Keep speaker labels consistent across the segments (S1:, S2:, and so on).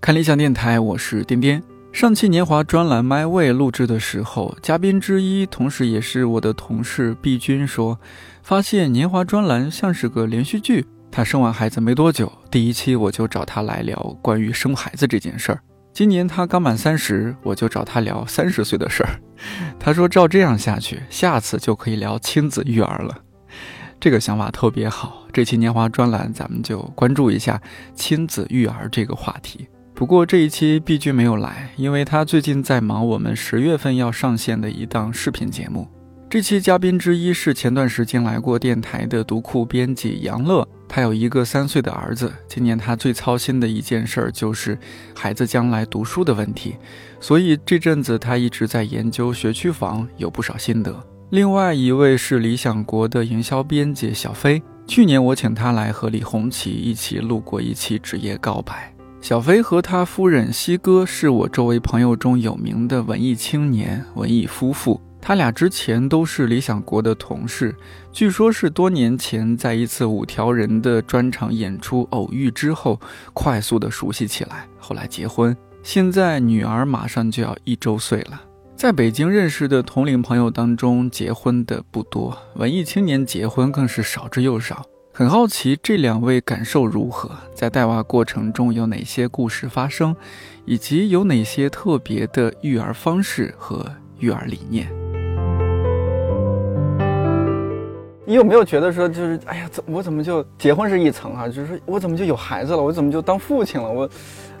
S1: 看理想电台，我是颠颠。上期年华专栏《My Way》录制的时候，嘉宾之一，同时也是我的同事毕军说，发现年华专栏像是个连续剧。他生完孩子没多久，第一期我就找他来聊关于生孩子这件事儿。今年他刚满三十，我就找他聊三十岁的事儿。 他说照这样下去，下次就可以聊亲子育儿了。这个想法特别好。这期年华专栏咱们就关注一下亲子育儿这个话题。不过这一期毕君没有来，因为他最近在忙我们十月份要上线的一档视频节目。这期嘉宾之一是前段时间来过电台的读库编辑杨乐，他有一个三岁的儿子。今年他最操心的一件事儿就是孩子将来读书的问题，所以这阵子他一直在研究学区房，有不少心得。另外一位是理想国的营销编辑小飞，去年我请他来和李红旗一起录过一期职业告白。小飞和他夫人西哥是我周围朋友中有名的文艺青年、文艺夫妇。他俩之前都是理想国的同事，据说是多年前在一次五条人的专场演出偶遇之后，快速的熟悉起来，后来结婚。现在女儿马上就要一周岁了。在北京认识的同龄朋友当中，结婚的不多，文艺青年结婚更是少之又少。很好奇这两位感受如何，在带娃过程中有哪些故事发生，以及有哪些特别的育儿方式和育儿理念。
S2: 你有没有觉得说，就是哎呀，怎我怎么就结婚是一层啊？就是说我怎么就有孩子了？我怎么就当父亲了？我，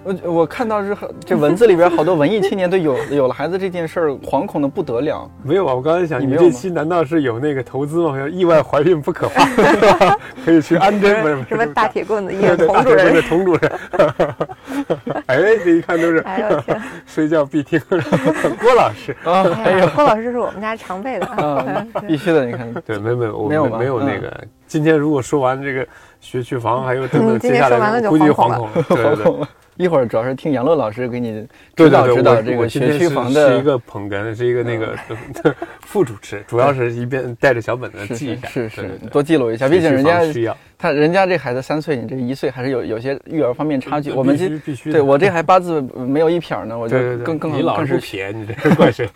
S2: 我我看到是这文字里边好多文艺青年对有有了孩子这件事儿惶恐的不得了。
S3: 没有啊，我刚才想，
S2: 你
S3: 你
S2: 没
S3: 们
S2: 有
S3: 这
S2: 吗
S3: 期难道是有那个投资吗？意外怀孕不可 怕，可以去安啊贞，不是不是
S4: 什么大铁棍子一
S3: 对
S4: 人
S3: 对
S4: 同
S3: 大
S4: 主
S3: 铁棍
S4: 人
S3: 的。佟主任， 哎，这一看都是
S4: 哎呦我天！
S3: 睡觉必听郭老师。
S2: 啊，
S4: 哎呀，郭老师是我们家常备的啊。
S2: 啊，
S3: 嗯
S2: 必须的，你看，
S3: 对，没没，我
S2: 没有
S3: 们
S2: 吗
S3: 没有那
S2: 嗯
S3: 个。今天如果说完这个学区房，还有等等
S4: 嗯今天
S3: 接下
S4: 说完
S3: 来的，
S4: 了就
S3: 估计
S4: 惶
S3: 惶
S4: 恐
S3: 恐。对 对对。
S2: 一会儿主要是听杨乐老师给你
S3: 对对
S2: 指导
S3: 对，
S2: 指
S3: 我
S2: 导这
S3: 我
S2: 个
S3: 今天
S2: 学区
S3: 是
S2: 房
S3: 是一
S2: 的。嗯
S3: 个捧哏，是一个那个 副主持，主要是一边带着小本子记一下，
S2: 是
S3: 对
S2: 是
S3: 对，对
S2: 多记录一下，毕竟人
S3: 学区房需
S2: 家
S3: 要，
S2: 他人家这孩子三岁，你这一岁还是有有些育儿方面差距。我们
S3: 嗯必
S2: 今
S3: 须必须
S2: 对
S3: 的
S2: 我这还八字没有一撇儿呢，我就
S3: 对对对，
S2: 更更
S3: 你老
S2: 更
S3: 是
S2: 是
S3: 不撇，你 这是怪谁？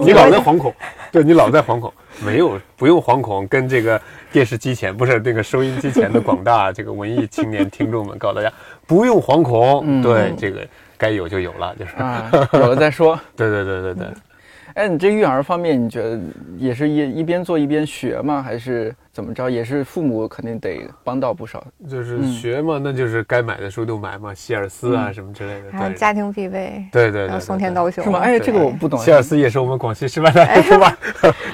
S3: 你老在惶恐，对你老在惶恐， 没有不用惶恐，跟这个电视机前不是那个收音机前的广大这个文艺青年听众们告诉大家，不用惶恐，
S2: 嗯
S3: 对这个该有就有了，就是
S2: 啊，有了再说。
S3: 对对对对对。
S2: 哎，你这育儿方面，你觉得也是一一边做一边学吗？还是怎么着？也是父母肯定得帮到不少。
S3: 就是
S2: 嗯
S3: 学嘛，那就是该买的书都买嘛，希尔斯啊
S2: 嗯
S3: 什么之类的，
S4: 然后
S3: 对
S4: 家庭必备，
S3: 对对
S4: 然
S2: 呃
S4: 后
S3: 对，
S4: 松
S3: 对
S4: 田道雄
S2: 是吗？哎，
S3: 对
S2: 这个我不懂。
S3: 希尔斯也是我们广西师范大 学出版，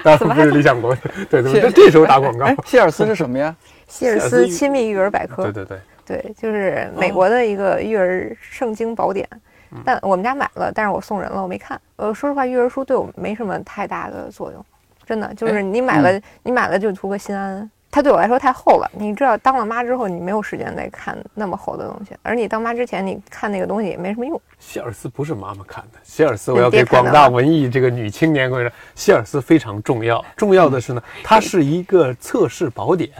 S3: 当然不是理想国，对对，
S2: 谢
S3: 这这时候打广告
S2: 哎，，希尔斯是什么呀？
S4: 希尔斯亲密育儿百科
S3: 对，对对，
S4: 对，就是美国的一个育儿圣经宝典。
S3: 嗯
S4: 但我们家买了，但是我送人了，我没看。呃，说实话，育儿书对我没什么太大的作用，真的。就
S2: 哎
S4: 是你买了，你买了就图个心安。它对我来说太厚了，你知道，当了妈之后，你没有时间再看那么厚的东西，而你当妈之前，你看那个东西也没什么用。
S3: 希尔斯不是妈妈看的，希尔斯我
S4: 那
S3: 要
S4: 别
S3: 给
S4: 看
S3: 广
S4: 了
S3: 大文艺这个女青年观众，希尔斯非常重要。重要的是呢，
S2: 嗯
S3: 它是一个测试宝典，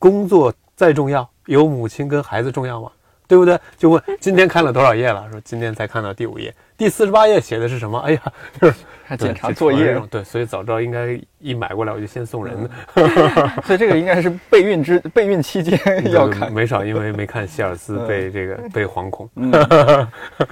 S3: 工作再重要，有母亲跟孩子重要吗？对不对？就 问今天看了多少页了？说今天才看到第五页，第四十八页写的是什么？哎呀，就是
S2: 还
S3: 对
S2: 检查
S3: 这
S2: 作
S3: 纯
S2: 业
S3: 是，对，所以早知道应该一买过来我就先送人的。
S2: 所以这个应该是备孕之备孕 期间嗯 要看。
S3: 没少，因为没看希尔斯被这个被惶恐。
S2: 嗯，是
S4: 哎，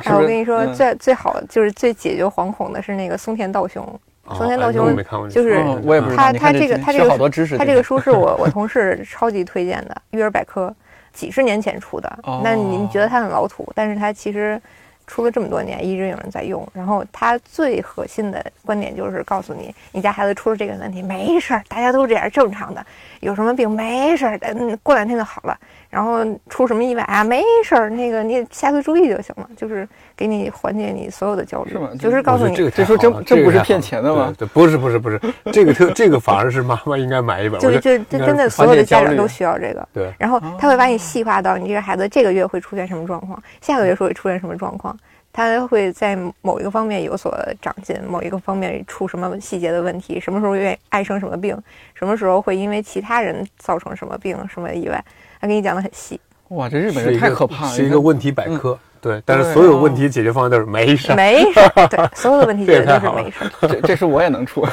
S2: 不
S4: 我
S2: 是
S4: 跟你说，
S2: 嗯
S4: 最最好就是最解决惶恐的是那个松田道雄。
S3: 哦
S4: 松田
S3: 哎
S4: 道
S3: 那我
S4: 雄
S3: 没看过这
S4: 就是
S3: 书
S2: 哦我也不知道。
S4: 他
S2: 你看
S4: 他这个他
S2: 学
S4: 这个
S2: 好多知识。
S4: 他这个书是我我同事超级推荐的《育儿百科》，几十年前出的
S2: 哦。
S4: 那你你觉得它很老土，但是它其实出了这么多年，一直有人在用。然后它最核心的观点就是告诉你，你家孩子出了这个问题没事儿，大家都这样正常的，有什么病没事儿，嗯，过两天就好了。然后出什么意外啊，没事儿，那个你下次注意就行了，就是给你缓解你所有的焦虑
S2: 是吗，
S4: 就
S2: 这
S4: 是
S3: 我
S4: 告
S3: 觉
S4: 诉
S3: 得
S4: 你
S3: 这个
S2: 这
S3: 太
S2: 书
S3: 好
S2: 真
S3: 了
S2: 真
S3: 这
S2: 不
S3: 个
S2: 是
S3: 太
S2: 骗
S3: 好了
S2: 钱的吗
S3: 对，对不是不是不是，这个特这个反而是妈妈应该买一本。
S4: 就
S3: 我
S4: 是
S3: 觉得
S4: 就就
S3: 应该
S4: 真的
S3: 是
S4: 所有
S2: 缓
S4: 的
S2: 解焦
S4: 家长
S2: 虑
S3: 啊
S4: 都需要这个。
S3: 对，
S4: 然后他会把你细化到你这个孩子这个月会出现什么状况，下个月会出现什么状况，他会在某一个方面有所长进，某一个方面出什么细节的问题，什么时候愿意爱生什么病，什么时候会因为其他人造成什么病什么意外，他给你讲的很细。
S2: 哇，这日本
S3: 是
S2: 人
S3: 一
S2: 太
S3: 个
S2: 可怕了。
S3: 是一
S2: 你
S3: 个
S2: 看
S4: 嗯
S3: 问题百科。对，但是
S2: 对
S3: 所
S4: 哦
S3: 有问题解决方案都是没事儿。
S4: 没事儿，对，所有的问题
S3: 这
S4: 解
S3: 也
S4: 决都
S3: 太
S4: 是
S3: 好了
S4: 没事儿。
S2: 这这是我也 能出，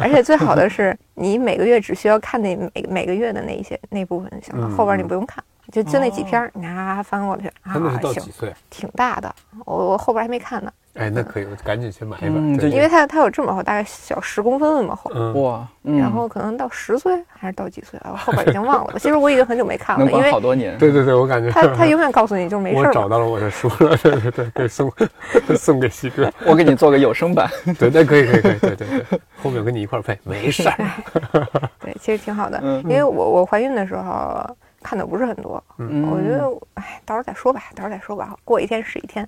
S4: 而且最好的是，你每个月只需要看那每每个月的那一些那部分就行了，
S3: 嗯
S4: 后边你不用看，就就那几
S1: 哦
S4: 篇儿，你啊翻过去啊
S3: 他那是到，
S4: 行
S3: 几，岁？
S4: 挺大的，我我后边还没看呢，
S3: 哎，那可以，我赶紧去买一本
S2: 嗯。
S3: 对
S2: 就
S4: 因为它它有这么厚，大概小十公分那么厚。
S3: 嗯，
S2: 哇， 嗯
S4: 然后可能到十岁还是到几岁啊？我后边已经忘了。其实我已经很久没看
S2: 能
S4: 了，因
S2: 管
S4: 为
S2: 好多年。
S3: 对对对，我感觉
S4: 他他永远告诉你就是没事
S3: 我
S4: 儿
S3: 找
S4: 嘛。
S3: 到了我的书了， 对对对，对送送给西哥，
S2: 我给你做个有声 版，
S3: 对，那可以可以可以，对对对，后面我跟你一块儿配，没事儿，
S4: 哎对，其实挺好的，
S2: 嗯
S4: 因为我我怀孕的时候看的不是很多，
S2: 嗯，
S4: 我觉得，哎，到时候再说吧，到时候再说吧，过一天是一天。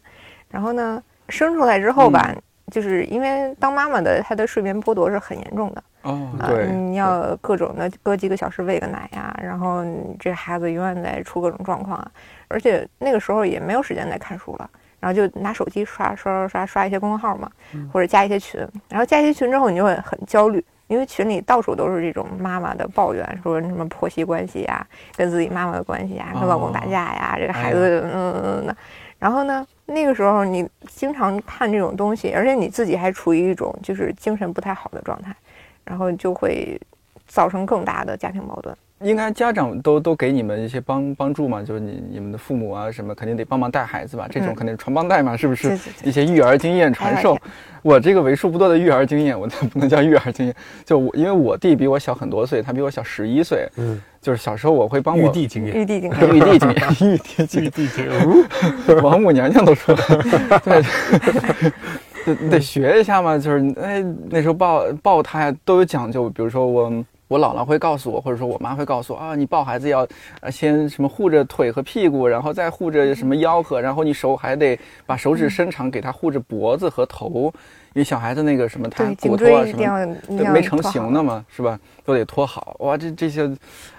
S4: 然后呢，生出来之后吧，
S2: 嗯
S4: 就是因为当妈妈的，她的睡眠剥夺是很严重的
S2: 哦，
S4: 啊，
S2: 对，
S4: 你要各种的隔几个小时喂个奶呀、然后你这孩子永远在出各种状况啊，而且那个时候也没有时间再看书了。然后就拿手机刷刷刷刷刷一些公众号嘛，
S2: 嗯
S4: 或者加一些群，然后加一些群之后，你就会很焦虑，因为群里到处都是这种妈妈的抱怨，说什么婆媳关系呀、跟自己妈妈的关系呀、跟老公打架呀，这个
S2: 哎
S4: 孩子嗯嗯嗯的。然后呢，那个时候你经常看这种东西，而且你自己还处于一种就是精神不太好的状态，然后就会造成更大的家庭矛盾。
S2: 应该家长都都给你们一些帮帮助嘛，就是你你们的父母啊什么，肯定得帮忙带孩子吧，这种
S4: 嗯
S2: 肯定是传帮带嘛，是不是
S4: 对对？对
S2: 一些育儿经验传授
S4: 哎，
S2: 我这个为数不多的育儿经验，我这不能叫育儿经验，就我因为我弟比我小很多岁，他比我小十一岁，
S3: 嗯，
S2: 就是小时候我会帮
S3: 玉
S2: 我
S3: 帝经验，
S4: 玉帝警察，
S2: 玉帝经验，玉帝经
S3: 玉
S2: 验，
S3: 帝经 验，
S2: 王母娘娘都说了，对，得得学一下嘛，就是哎那时候抱抱他呀都有讲究，比如说我我姥姥会告诉我，或者说我妈会告诉我啊，你抱孩子要呃先什么护着腿和屁股，然后再护着什么腰和，然后你手还得把手指伸长给他护着脖子和头，因为小孩子那个什么他
S4: 对
S2: 骨
S4: 颈
S2: 头啊
S4: 椎一
S2: 什
S4: 定
S2: 么
S4: 要一定
S2: 对
S4: 要
S2: 没成
S4: 做好
S2: 型的嘛，是吧？都得拖好哇，这这些，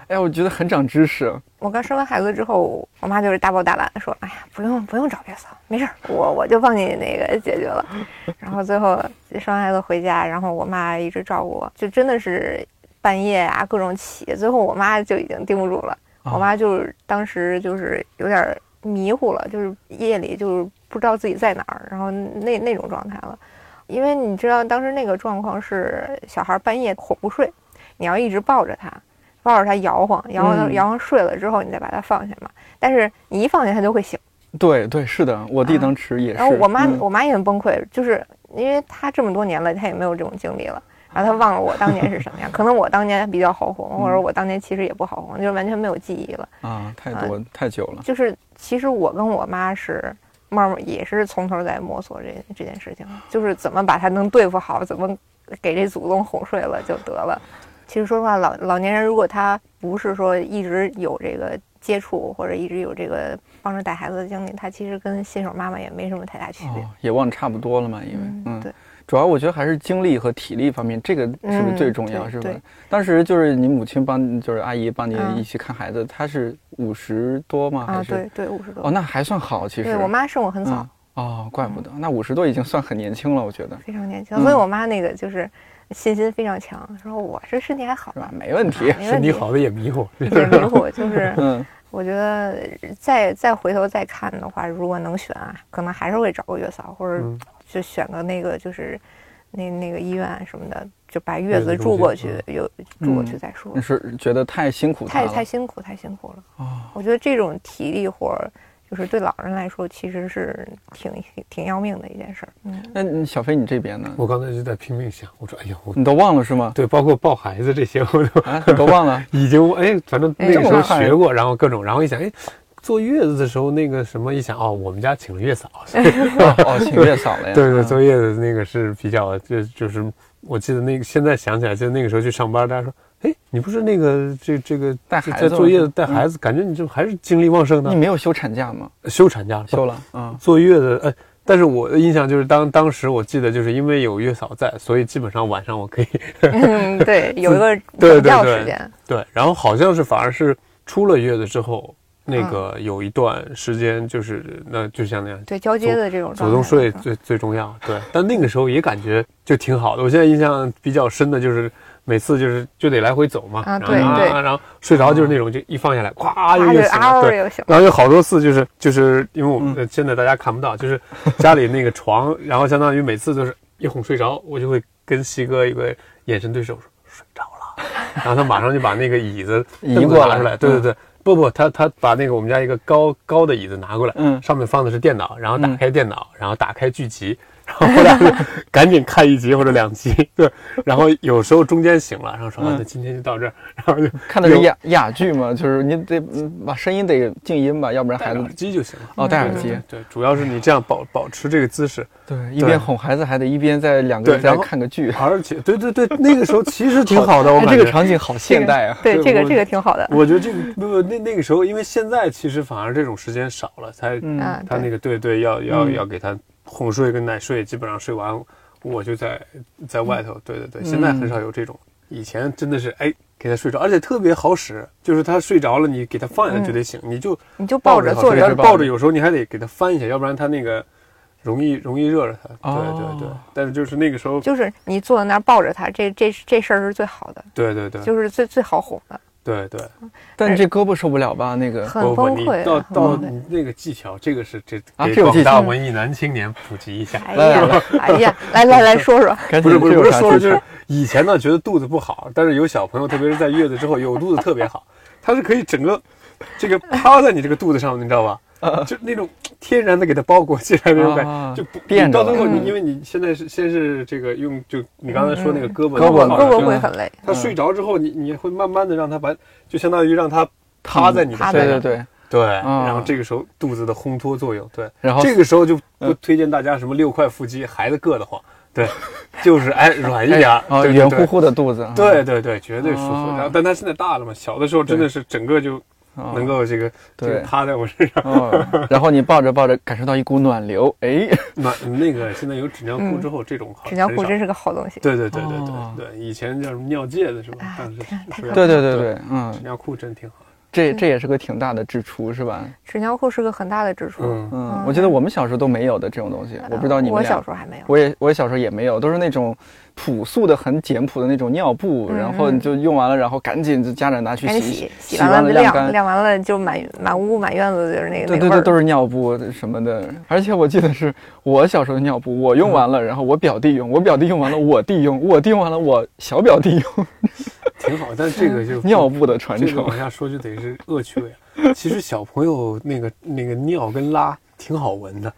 S2: 哎呀，我觉得很长知识。啊
S4: 我刚生完孩子之后，我妈就是大包大揽的说：“哎呀，不用不用找月嫂，没事儿，我我就帮你那个解决了。”然后最后生完孩子回家，然后我妈一直照顾我，就真的是半夜啊各种起，最后我妈就已经盯不住了。我妈就是当时就是有点儿迷糊了，就是夜里就是不知道自己在哪儿，然后那那种状态了。因为你知道当时那个状况是小孩半夜哄不睡，你要一直抱着他，抱着他摇晃，摇晃到
S2: 嗯
S4: 摇晃睡了之后，你再把他放下嘛。但是你一放下他就会醒，
S2: 对对，是的，我弟当时也是。
S4: 啊然后我妈
S2: 嗯
S4: 我妈也很崩溃，就是因为她这么多年了，她也没有这种经历了。然后她忘了我当年是什么样，可能我当年比较好哄，或
S2: 嗯
S4: 者我当年其实也不好哄，就是完全没有记忆了。
S2: 啊，太多、太久了。
S4: 就是其实我跟我妈是慢慢也是从头在摸索这这件事情，就是怎么把它能对付好，怎么给这祖宗哄睡了就得了。其实说实话，老老年人如果他不是说一直有这个接触或者一直有这个帮着带孩子的经历，他其实跟新手妈妈也没什么太大区别
S2: 哦。，也忘差不多了嘛，因为嗯，
S4: 对，
S2: 主要我觉得还是精力和体力方面，这个是不是
S4: 嗯
S2: 最重要？
S4: 对
S2: 是吧
S4: 对？
S2: 当时就是你母亲帮，就是阿姨帮你
S4: 嗯
S2: 一起看孩子，她是五十多吗？还
S4: 啊，
S2: 是
S4: 对？对，五十多，
S2: 哦，那还算好，其实。
S4: 对我妈生我很早
S2: 嗯，哦，怪不得，那五十多已经算很年轻了，我觉得
S4: 非常年轻，
S2: 嗯
S4: 所以我妈那个就是信心非常强，说我这身体还好
S2: 是
S4: 吧
S2: 吧？，没问题
S4: 啊。没
S3: 身
S4: 问
S3: 体
S4: 题，
S3: 好的也迷糊，
S4: 也迷糊，就是
S2: 嗯，
S4: 我觉得再再回头再看的话，如果能选啊，可能还是会找个月嫂，或者
S3: 嗯
S4: 就选个那个就是那那个医院什么的，就把
S3: 月
S4: 月
S3: 子
S4: 子
S3: 中
S4: 住
S3: 心
S2: 嗯
S4: 过去，有住过去再说
S2: 你。是觉得太辛苦她
S4: 太
S2: 了，
S4: 太辛苦，太辛苦了。
S2: 哦
S4: 我觉得这种体力活儿，就是对老人来说，其实是挺挺挺要命的一件事儿。嗯，
S2: 那你小飞你这边呢？
S3: 我刚才就在拼命想，我说哎呀，我
S2: 你都忘了是吗？
S3: 对，包括抱孩子这些， 我都。
S2: 啊，你都忘了
S3: 已经哎，反正那
S4: 哎
S3: 个时
S2: 这
S3: 候
S2: 么快
S3: 学过，然后各种，然后一想哎。坐月子的时候，那个什么一想哦，我们家请了月 嫂，所以
S2: 哦，请月嫂了呀。
S3: 对对，
S2: 嗯
S3: 坐月子那个是比较，就就是我记得那个，现在想起来，就那个时候去上班，大家说，哎，你不是那个这这个
S2: 带
S3: 这
S2: 孩
S3: 在
S2: 子
S3: 坐
S2: 吗
S3: 月子带孩子，感觉你这还是精力旺盛
S2: 你
S3: 的，
S2: 没有休产假吗？
S3: 休产假了，
S2: 休了，嗯。
S3: 坐月子，呃，但是我的印象就是当当时我记得就是因为有月嫂在，所以基本上晚上我可以
S4: 嗯对，有一个
S3: 对对
S4: 整觉
S3: 对
S4: 时间，
S3: 对，然后好像是反而是出了月子之后，
S4: 嗯
S3: 那个有一段时间就是那就像那样，
S4: 对交接的这种
S3: 主
S4: 状
S3: 动
S4: 态
S3: 税
S4: 嗯
S3: 最最重要，对。但那个时候也感觉就挺好的。我现在印象比较深的就是每次就是就得来回走嘛，
S4: 啊
S3: 然后
S4: 对对
S3: 啊然后睡着就是那种就一放下来，咵
S4: 啊
S3: 就
S4: 就
S3: 就是醒
S4: 嗷
S3: 了，
S4: 嗷
S3: 对。
S4: 就行。
S3: 然后有好多次就是就是因为我们现在大家看不
S2: 嗯
S3: 到，就是家里那个 床，然后相当于每次就是一哄睡着，我就会跟西哥一个眼神对视，我说睡着 了，然后他马上就把那个椅子
S2: 移
S3: 凳子
S2: 过
S3: 拿
S2: 来嗯
S3: 出来，对对对，不不，他他把那个我们家一个高高的椅子拿过来，
S2: 嗯
S3: 上面放的是电脑，然后打
S2: 嗯
S3: 开电脑，然后打开剧集，然后回来就赶紧看一集或者两集，对，然后有时候中间醒了，然后说啊
S2: 嗯
S3: 那今天就到这儿，然后就
S2: 看的是
S3: 有
S2: 哑哑剧嘛，就是你得嗯把声音得静音吧，要不然
S3: 戴
S2: 孩
S3: 着
S2: 子
S3: 耳机就行了。
S2: 哦戴耳
S3: 嗯对
S2: 机，
S3: 对，主要是你这样保保持这个姿势，
S2: 对，一
S3: 对
S2: 边哄孩子还得一边在两个人
S3: 对然
S2: 在
S3: 后
S2: 看个剧，
S3: 而且对对对，那个时候其实挺好的，我
S2: 哎
S3: 感觉
S2: 这个场景好现代啊，
S4: 对，
S3: 对
S4: 这个
S3: 我
S4: 这个挺好的。
S3: 我觉得这个不不那那个时候，因为现在其实反而这种时间少了，才
S2: 嗯
S4: 啊，
S3: 他那
S4: 对
S3: 个对对要要
S2: 嗯
S3: 要给他哄睡跟奶睡，基本上睡完我就在在外头，对对对，现在很少有这种，以前真的是哎给他睡着，而且特别好使，就是他睡着了，你给他放下来就得醒，你就
S4: 你就抱着
S3: 好
S4: 坐
S2: 着
S3: 但是
S2: 是吧
S3: 抱着有时候你还得给他翻一下，要不然他那个容易容易热着他，对
S2: 哦
S3: 对对，但是就是那个时候，
S4: 就是你坐在那儿抱着他，这这这事儿是最好的，
S3: 对对对
S4: 就是最最好哄的，
S3: 对对。
S2: 但这胳膊受不了
S3: 哎
S2: 吧？那个
S4: 很
S3: 不不，
S4: 崩
S3: 你
S4: 溃
S3: 到
S4: 啊，很
S3: 到
S4: 崩溃。
S3: 你那个技巧，这个是这
S2: 啊
S3: 给
S2: 这有
S3: 广
S2: 技
S3: 大
S2: 巧
S3: 文艺男青年普及一下。
S4: 哎呀，哎呀，来来来说说，
S2: 赶
S3: 不
S2: 紧
S3: 是不是
S2: 这有
S3: 不是
S2: 啥
S3: 说了，
S2: 技
S3: 就
S2: 巧
S3: 是以前呢觉得肚子不好，但是有小朋友，特别是在月子之后，有肚子特别好，他是可以整个这个趴在你这个肚子上，你知 道吧？就那种天然的给它包裹起来那种感
S2: 啊
S3: 觉，就不
S2: 垫
S3: 你
S2: 着嗯
S3: 到最后
S4: 了
S3: 你因为你现在是先是这个用就你刚才说那个胳膊
S2: 嗯胳
S3: 放
S4: 胳
S2: 膊
S3: 着
S4: 膊
S2: 对
S4: 会
S2: 吧
S4: 很累，
S3: 他睡着之后，你你会慢慢的让他把，就相当于让他趴在你的
S4: 趴
S3: 身
S4: 在
S2: 对
S3: 上，
S2: 对对，
S3: 对，
S2: 啊
S3: 然后这个时候肚子的烘托作用，对，
S2: 然后
S3: 这个时候就不
S2: 嗯
S3: 推荐大家什么六块腹肌，孩子硌得慌，对， 就是哎软一点儿，
S2: 啊
S3: 对
S2: 圆乎，乎的肚子，啊
S3: 对对对对对，绝对舒服。
S2: 哦
S3: 然后但他现在大了嘛，小的时候真的是整个就
S2: 啊
S3: 能够这个这个
S2: 对
S3: 趴在我身上，
S2: 哦，然后你抱着抱着，感受到一股暖流，哎，
S3: 暖那个现在有纸尿裤之后，这种
S2: 嗯
S3: 好
S4: 纸尿裤
S3: 很少
S4: 真是个好东西。
S3: 对对对对
S2: 哦哎
S3: 对对，以前叫什么尿介的是吧
S4: 啊？
S3: 当时
S4: 太
S3: 是吧
S2: 对对对
S3: 对
S2: 对，嗯
S3: 纸，尿裤真挺好，
S2: 这这也是个挺大的支出是吧？
S4: 纸尿裤是个很大的支出，
S3: 嗯，
S2: 嗯
S4: 嗯，
S2: 我觉得我们小时候都没有的这种东西，我不知道你们
S4: 我
S2: 俩
S4: 小时候还没有。
S2: 我也我小时候也没有，都是那种朴素的、很简朴的那种尿布，
S4: 嗯
S2: 然后你就用完了，然后赶紧就家长拿去
S4: 赶紧
S2: 洗
S4: 洗，，洗
S2: 完
S4: 完
S2: 了
S4: 了
S2: 晾
S4: 晾
S2: 干。
S4: 晾完了就满满屋满院子就是那个那
S2: 对
S4: 个
S2: 对
S4: 味
S2: 对，
S4: 儿。
S2: 都是尿布什么的，而且我记得是我小时候的尿布，我用完了，然后我表弟用，我表弟用完了，我弟用，我弟用完了，我小表弟用，
S3: 挺好，但这个就
S2: 尿布的传
S3: 这个
S2: 承
S3: 往。下说就得是恶趣味啊。其实小朋友那个那个尿跟拉挺好闻的，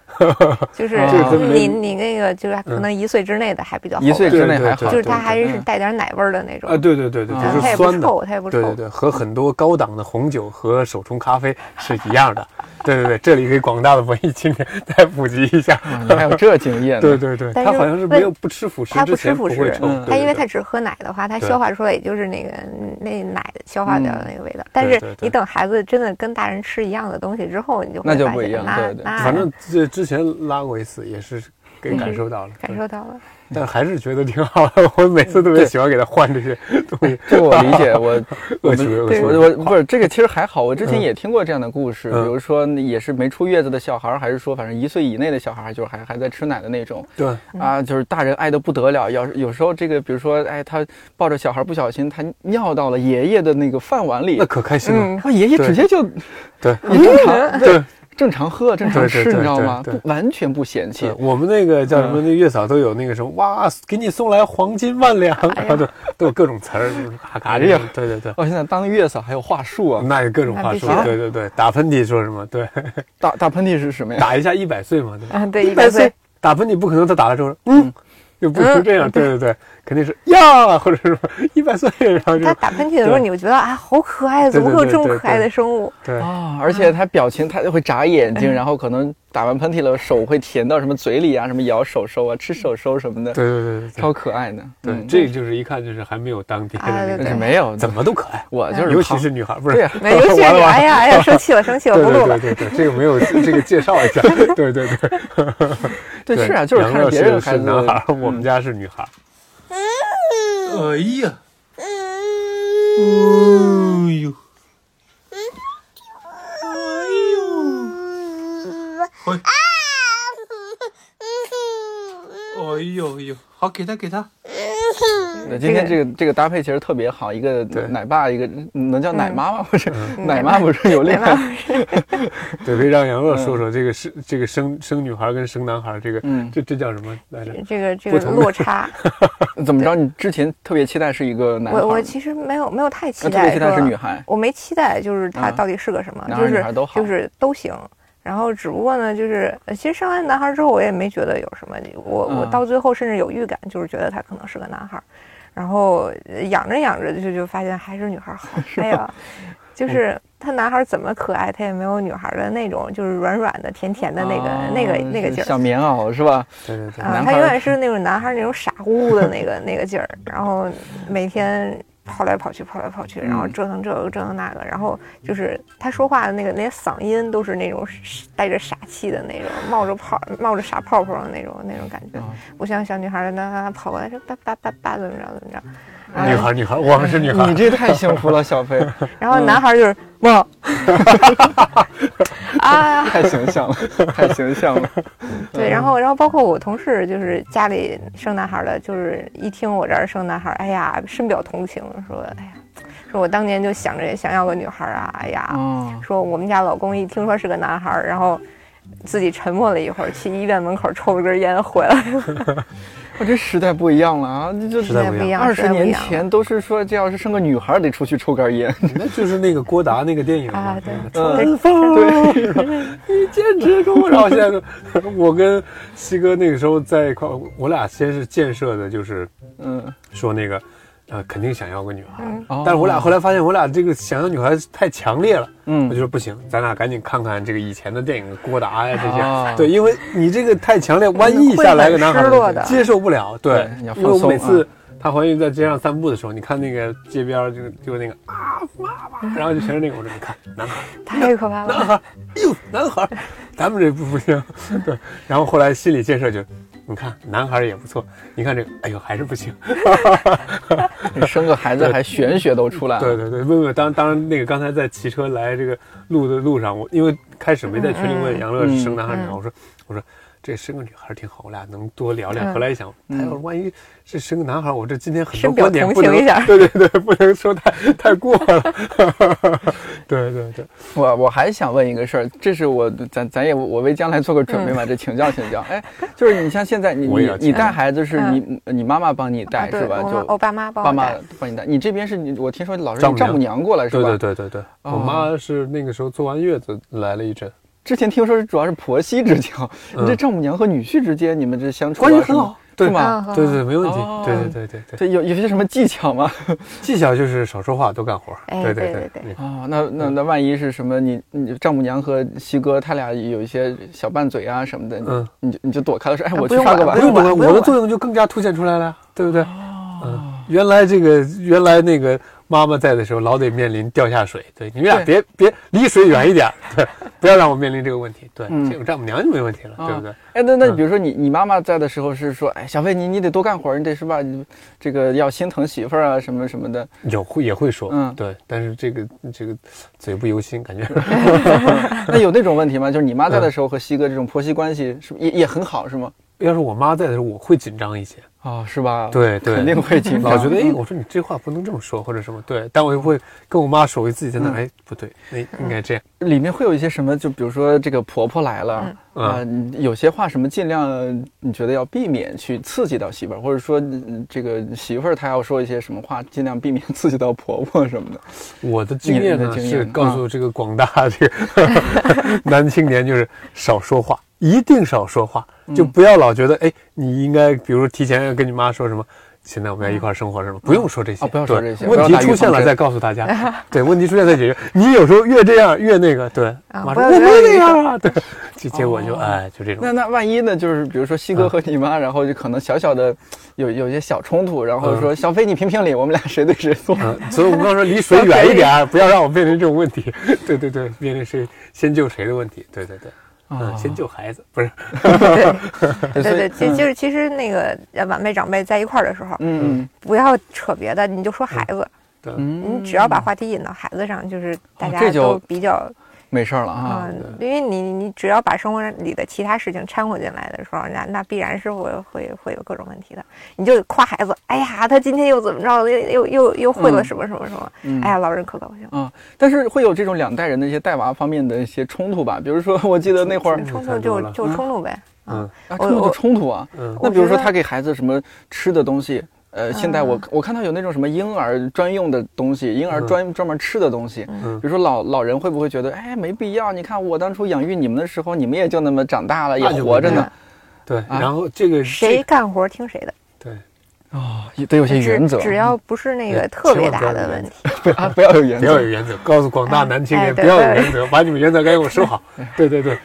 S4: 就是
S2: 啊这个
S3: 跟
S4: 你
S3: 没
S4: 你那个就是可能一岁之内的还比较好
S2: 一岁
S4: 闻
S2: 之
S3: 嗯
S2: 内还
S3: 对对对
S2: 好，
S4: 就是它还是
S2: 嗯
S4: 带点奶味儿的那种嗯
S3: 啊，，对对对对，
S2: 啊
S3: 就
S4: 它
S3: 是
S4: 也不
S3: 酸的，
S4: 臭，它也不
S3: 对对
S4: 臭。
S3: 对，和很多高档的红酒和手冲咖啡是一样的。对对对，这里给广大的文艺青年 再普及一下。
S2: 啊你还有这经验呢。
S3: 对对对，
S4: 但
S3: 它
S4: 是
S3: 好像是没有不吃辅食
S4: 它
S3: 之
S4: 不吃
S3: 前不
S4: 辅
S3: 会
S4: 食
S3: 臭
S2: 嗯，
S4: 它因为它
S3: 太
S4: 只喝奶的话，它
S3: 对嗯
S4: 消化出来也就是那个那奶消化掉的那个味道。但是
S3: 对对
S4: 你等孩子真的跟大人吃一样的东西之后，你就会
S2: 那就
S4: 发
S2: 不
S4: 现
S2: 一样
S4: 那
S2: 对对
S4: 那
S3: 反正这之前拉过一次，也是给
S4: 嗯
S3: 感受到了，
S4: 感受嗯到了。
S3: 但还是觉得挺好的。我每次特别
S2: 对
S3: 喜欢给他换这些东西，
S2: 这个我理解， 我
S3: 恶趣味恶趣
S2: 我
S3: 味。
S2: 我不是这个，其实还好。嗯我之前也听过这样的故事，
S3: 嗯
S2: 比如说也是没出月子的小孩儿，还是说反正一岁以内的小孩儿，就是还还在吃奶的那种
S3: 对，
S2: 啊，就是大人爱的不得了。要是有时候这个，比如说哎，他抱着小孩儿不小心，他尿到了爷爷的那个饭碗里
S3: 那，可开心
S4: 嗯
S3: 了。
S2: 啊，爷爷
S3: 对
S2: 直接就
S3: 对，
S2: 你正常
S3: 对
S2: 对。正常喝，正常
S3: 对对
S2: 吃，
S3: 对
S2: 你知道吗？
S3: 对
S2: 不
S3: 对
S2: 完全不嫌
S3: 对
S2: 弃，
S3: 我们那个叫什么？那月嫂都有那个什么，哇，给你送来黄金万两，然后都都有各种词儿，咔咔这
S2: 哎呀
S3: 种。对对对，
S2: 哦，现在当月嫂还有话术啊！
S3: 那有各种话术
S4: 那必须，的
S3: 对对对，打喷嚏说什么？对，
S2: 打打喷嚏是什么呀？
S3: 打一下一百岁嘛，对吧？
S4: 嗯， 对，一百岁，
S3: 打喷嚏不可能他打了之后，嗯，就不是这样，对对对，肯定是呀，或者是什么 一百岁，然后就
S4: 他打喷嚏的时候，
S3: 对
S4: 你会觉得啊，好可爱，怎么会有这么可爱的生 物？
S3: 对
S2: 啊，而且他表情，他就会眨眼睛，然后可能打完喷嚏了，手会甜到什么嘴里啊，什么咬手手啊，吃手手什么的，
S3: 对对对对
S2: 超可爱的。
S3: 对
S2: 嗯
S3: 对，这就是一看就是还没有当爹的
S4: 啊
S3: 那
S4: 对
S3: 个
S2: 但是
S3: 什么，
S2: 没有
S3: 怎，么都可爱，
S2: 我就是
S3: 尤其
S2: 胖
S3: 是女孩，不
S2: 对
S3: 是
S2: 呀，
S4: 没有谢谢
S3: 完
S4: 你，
S3: 了完了
S4: 哎呀哎呀，生气了，生气了，
S3: 对
S4: 不录
S3: 对
S4: 了。
S3: 对对对，这个没有这个介绍一下，对对对。
S2: 对，是啊，就是
S3: 杨
S2: 看
S3: 乐
S2: 着别人的嗯
S3: 是
S2: 孩子，
S3: 男孩儿，我们家是女孩儿。哎呀，哎呦，哎，哎呦呦，好，给他给他，
S2: 对，今天这个这个搭配其实特别好，一个
S3: 对
S2: 奶爸，一个能叫奶妈吗？不是，
S3: 嗯
S2: 奶妈不是有另
S4: 奶
S2: 外
S4: 妈，
S2: 嗯
S3: 对，可以让杨乐说说这个生这个生生女孩跟生男孩这个，
S2: 嗯
S3: 这这叫什么来着？
S4: 这个这
S3: 不
S4: 个
S3: 同的
S4: 落差，
S2: 怎么着？你之前特别期待是一个男孩，
S4: 我我其实没有没有太期
S2: 那特别
S4: 待
S2: 期
S4: 说，
S2: 待是女孩，
S4: 我没期待就是他
S2: 嗯
S4: 到底是个什么，
S2: 男孩
S4: 就
S2: 女孩
S4: 是
S2: 都好
S4: 就是都行。然后只不过呢，就是呃其实生完男孩之后，我也没觉得有什么，我我
S2: 嗯
S4: 到最后甚至有预感，就是觉得他可能是个男孩儿。然后呃养着养着就就发现还是女孩儿 好，哎呀，就是他男孩儿怎么可爱，他也没有女孩儿的那种就是软软的、甜甜的那个、
S2: 啊
S4: 那个那个劲儿。
S2: 小棉袄是吧？
S3: 对对对，
S4: 啊，
S2: 男
S4: 他
S2: 孩
S4: 永
S2: 儿
S4: 远是那种男孩儿那种傻乎乎的 那个那个劲儿，然后每天跑来跑去，跑来跑去，然后
S2: 嗯
S4: 折腾这个折腾那个，然后就是他说话的那个连嗓音都是那种带着傻气的那种，冒着泡冒着傻泡泡的那种那种感
S3: 哦
S4: 觉，
S2: 啊
S4: 不像小女孩儿那那跑过来说叭叭叭叭怎么着怎么着，然
S3: 女
S4: 后
S3: 孩嗯女孩，我们是女孩
S2: 你，这太幸福了，小飞，
S4: 然后男孩儿就是哇，啊，
S2: 太形 象了，太形象了。
S4: 对，然后然后包括我同事，就是家里生男孩儿的，就是一听我这儿生男孩儿，哎呀，深表同情，说哎呀，说我当年就想着想要个女孩儿 啊，哎呀，
S2: 哦，
S4: 说我们家老公一听说是个男孩儿，然后自己沉默了一会儿，去医院门口抽了根烟回来，
S2: 我这时代不一样了啊！这就
S3: 时代不一
S4: 样
S2: 二
S4: 时
S2: 十
S4: 代不一
S2: 年
S4: 样
S2: 前都是说，这要是生个女孩儿得出去抽根烟，
S3: 那就是那个郭达那个电影嘛
S4: 啊，对
S3: 那个
S4: 嗯
S3: 春风，你简直跟我绕线了。 我跟西哥那个时候在一块儿，我俩先是建设的，就是
S2: 嗯，
S3: 说那个，呃，肯定想要个女孩儿。
S4: 嗯
S2: 哦
S3: 但是我俩后来发现，我俩这个想要女孩太强烈了，我就
S2: 嗯，
S3: 说不行，咱俩赶紧看看这个以前的电影，郭达呀这些，
S2: 啊
S3: 对，因为你这个太强烈，万一下来个男孩
S4: 会很失落的
S3: 接受不了，对
S2: 对你要，
S3: 因为
S2: 放
S3: 我
S2: 松嗯
S3: 每次她怀孕在街上散步的时候，你看那个街边儿就就那个啊妈妈，然后就全是那个，我说你看男孩，
S4: 太可怕
S3: 男
S4: 了。
S3: 孩，哎呦男孩，咱们这不不行，对，然后后来心理建设就是。你看，男孩也不错。你看这个，哎呦，还是不行。
S2: 你生个孩子还玄学都
S4: 啊
S2: 出来
S3: 对
S2: 了。
S3: 对对，问问当当然那个刚才在骑车来这个路的路上，我因为开始没在群里问杨乐是生
S4: 嗯
S3: 男孩女孩，我说我说这生个女孩挺好，我俩能多聊聊。
S4: 嗯
S3: 后来一想，他要是万一是生个男孩，我这今天很多
S4: 深表
S3: 观点
S4: 同
S3: 不
S4: 情
S3: 能
S4: 一 下
S3: 对对对，不能说太太过了。 对对对，
S2: 我我还想问一个事儿，这是我咱咱也我为将来做个准备
S4: 嗯
S2: 嘛，这请教请教。哎，就是你像现在你
S3: 我也
S2: 你
S3: 要请
S2: 你带孩子是你你妈妈帮你带
S4: 嗯啊，对，
S2: 是吧？
S4: 我妈
S2: 就
S4: 我爸妈帮
S2: 爸
S4: 我
S2: 妈
S4: 带，
S2: 帮你带，你这边是你我听说老是
S3: 丈母
S2: 你丈母
S3: 娘
S2: 娘过来是
S3: 对
S2: 吧？
S3: 对对对对，我
S2: 哦
S3: 妈是那个时候坐完月子来了一阵，
S2: 之前听说是主要是婆媳之交， 你这
S3: 嗯
S2: 丈母娘和女婿之间，你们这相处啊
S3: 关系
S2: 什么
S3: 很好，对
S2: 是吗？
S4: 嗯
S3: 对对，没问题
S2: 哦。
S3: 对对对对对，
S2: 这有有些什么技 巧吗？
S3: 技巧就是少说话，多干活。
S4: 哎
S3: 对
S4: 对
S3: 对
S4: 对对
S3: 嗯
S2: 哦，那那那万一是什么你你丈母娘和西哥他俩有一些小拌嘴啊什么的，
S3: 嗯
S2: 你你就你就躲开了说，哎，
S4: 啊
S2: 我
S4: 不
S2: 去
S4: 用
S2: 刷个
S4: 管
S2: 碗
S4: 不
S3: 不。用
S4: 管
S3: 管，
S4: 不
S3: 我的
S4: 用
S3: 作用就更加凸显出来了，对不对？
S2: 哦
S3: 嗯，原来这个原来那个妈妈在的时候，老得面临掉下水，对，你们俩别别离水远一点，对，不要让我面临这个问题，对，
S2: 嗯
S3: 这有丈母娘就没问题了，
S2: 啊
S3: 对不对？
S2: 哎，那那
S3: 嗯
S2: 比如说你你妈妈在的时候是说，哎，小飞你你得多干活儿，你得是吧？你这个要心疼媳妇儿啊什么什么的。
S3: 有会也会说，
S2: 嗯
S3: 对，但是这个这个嘴不由心，感觉
S2: 那有那种问题吗？就是你妈在
S3: 嗯
S2: 的时候和西哥这种婆媳关系是不也也很好是吗？
S3: 要是我妈在的时候，我会紧张一些，
S2: 啊，是吧？，
S3: 对哦对，
S2: 肯定会紧张。嗯
S3: 老觉得，哎，我说你这话不能这么说，或者什么，对，但我又会跟我妈手一自己在那儿，
S2: 嗯
S3: 哎，不对，那应该这样，
S2: 里面会有一些什么？就比如说这个婆婆来了，
S3: 嗯
S2: 啊、你有些话什么尽量你觉得要避免去刺激到媳妇儿，或者说嗯这个媳妇儿她要说一些什么话，尽量避免刺激到婆婆什么的。
S3: 我的经验
S2: 你的
S3: 呢
S2: 经
S3: 是
S2: 验嗯
S3: 告诉这个广大这 个 男青年，就是少说话，一定少说话，
S2: 嗯
S3: 就不要老觉得哎，你应该比如提前跟你妈说什么。现在我们要一块儿生活什么？不用说这些，
S2: 啊不要说
S3: 对
S2: 这些不
S3: 问
S2: 要
S3: 题
S2: 打预
S3: 出现
S2: 防
S3: 了
S2: 针
S3: 再告诉大 家，对，问题出现再解决。你有时候越这样越那个，对，
S4: 啊
S3: 妈
S4: 不
S3: 说我
S4: 要
S3: 没
S4: 不要
S3: 那
S4: 预防
S3: 样啊， 对，结结果就哎就这
S2: 哦那
S3: 种，
S2: 那万一呢？就是比如说西哥和你妈，然后就可能小小的有有一些小冲突，然后说、小飞你评评理，我们俩谁对谁错。
S3: 嗯，所以我们刚说离水远一点啊，不要让我面临这种问题。 对对对，面临谁先救谁的问题，对对对，
S2: 哦
S3: 嗯，先救孩子不是，
S2: 对
S4: 对
S2: 所以
S4: 对，其就是其实那个呃晚辈长辈在一块儿的时候，
S2: 嗯
S4: 不要扯别的，你就说孩子，
S3: 对，
S2: 嗯，
S4: 你只要把话题引到孩子上，就是大
S2: 哦
S4: 家
S2: 这就
S4: 都比较
S2: 没事儿了啊。
S4: 嗯，因为你你只要把生活里的其他事情掺和进来的时候，那那必然是会会会有各种问题的。你就夸孩子，哎呀，他今天又怎么着，又又又又会了
S2: 嗯
S4: 什么什么什么，
S2: 嗯
S4: 哎呀，老人可高兴了。
S2: 啊，但是会有这种两代人的一些带娃方面的一些冲突吧？比如说，我记得那会儿
S4: 冲
S3: 太多
S4: 突就
S3: 了
S4: 就
S2: 嗯
S4: 冲突呗。
S3: 嗯
S2: 啊，
S4: 我
S2: 冲突就
S4: 我
S2: 冲突啊。
S3: 嗯
S2: 那
S4: 我
S2: 比如
S4: 觉
S2: 说
S4: 得
S2: 他给孩子什么吃的东西，呃，现在我
S4: 嗯
S2: 我看到有那种什么婴儿专用的东西，婴儿
S3: 嗯
S2: 专专门吃的东西。
S3: 嗯
S2: 比如说老老人会不会觉得，哎，没必要？你看我当初养育你们的时候，你们也就那么长大了，也
S3: 那就
S2: 活着
S3: 真的
S2: 呢
S4: 嗯。
S3: 对，
S2: 啊
S3: 然后这个
S4: 谁干活听谁的，
S3: 这个
S2: 啊，也得有些
S4: 只
S2: 原则，
S4: 只嗯要不是那
S3: 对
S4: 个特别
S3: 千万不要
S4: 大的
S3: 有原
S4: 问
S3: 则
S4: 题。
S2: 不要啊不要有
S3: 对
S2: 原
S3: 不要有
S2: 则。
S3: 原则，告诉广大男青
S4: 哎
S3: 年不
S4: 对
S3: 要有
S4: 对
S3: 原则，把你们原则该给我收好。对对对，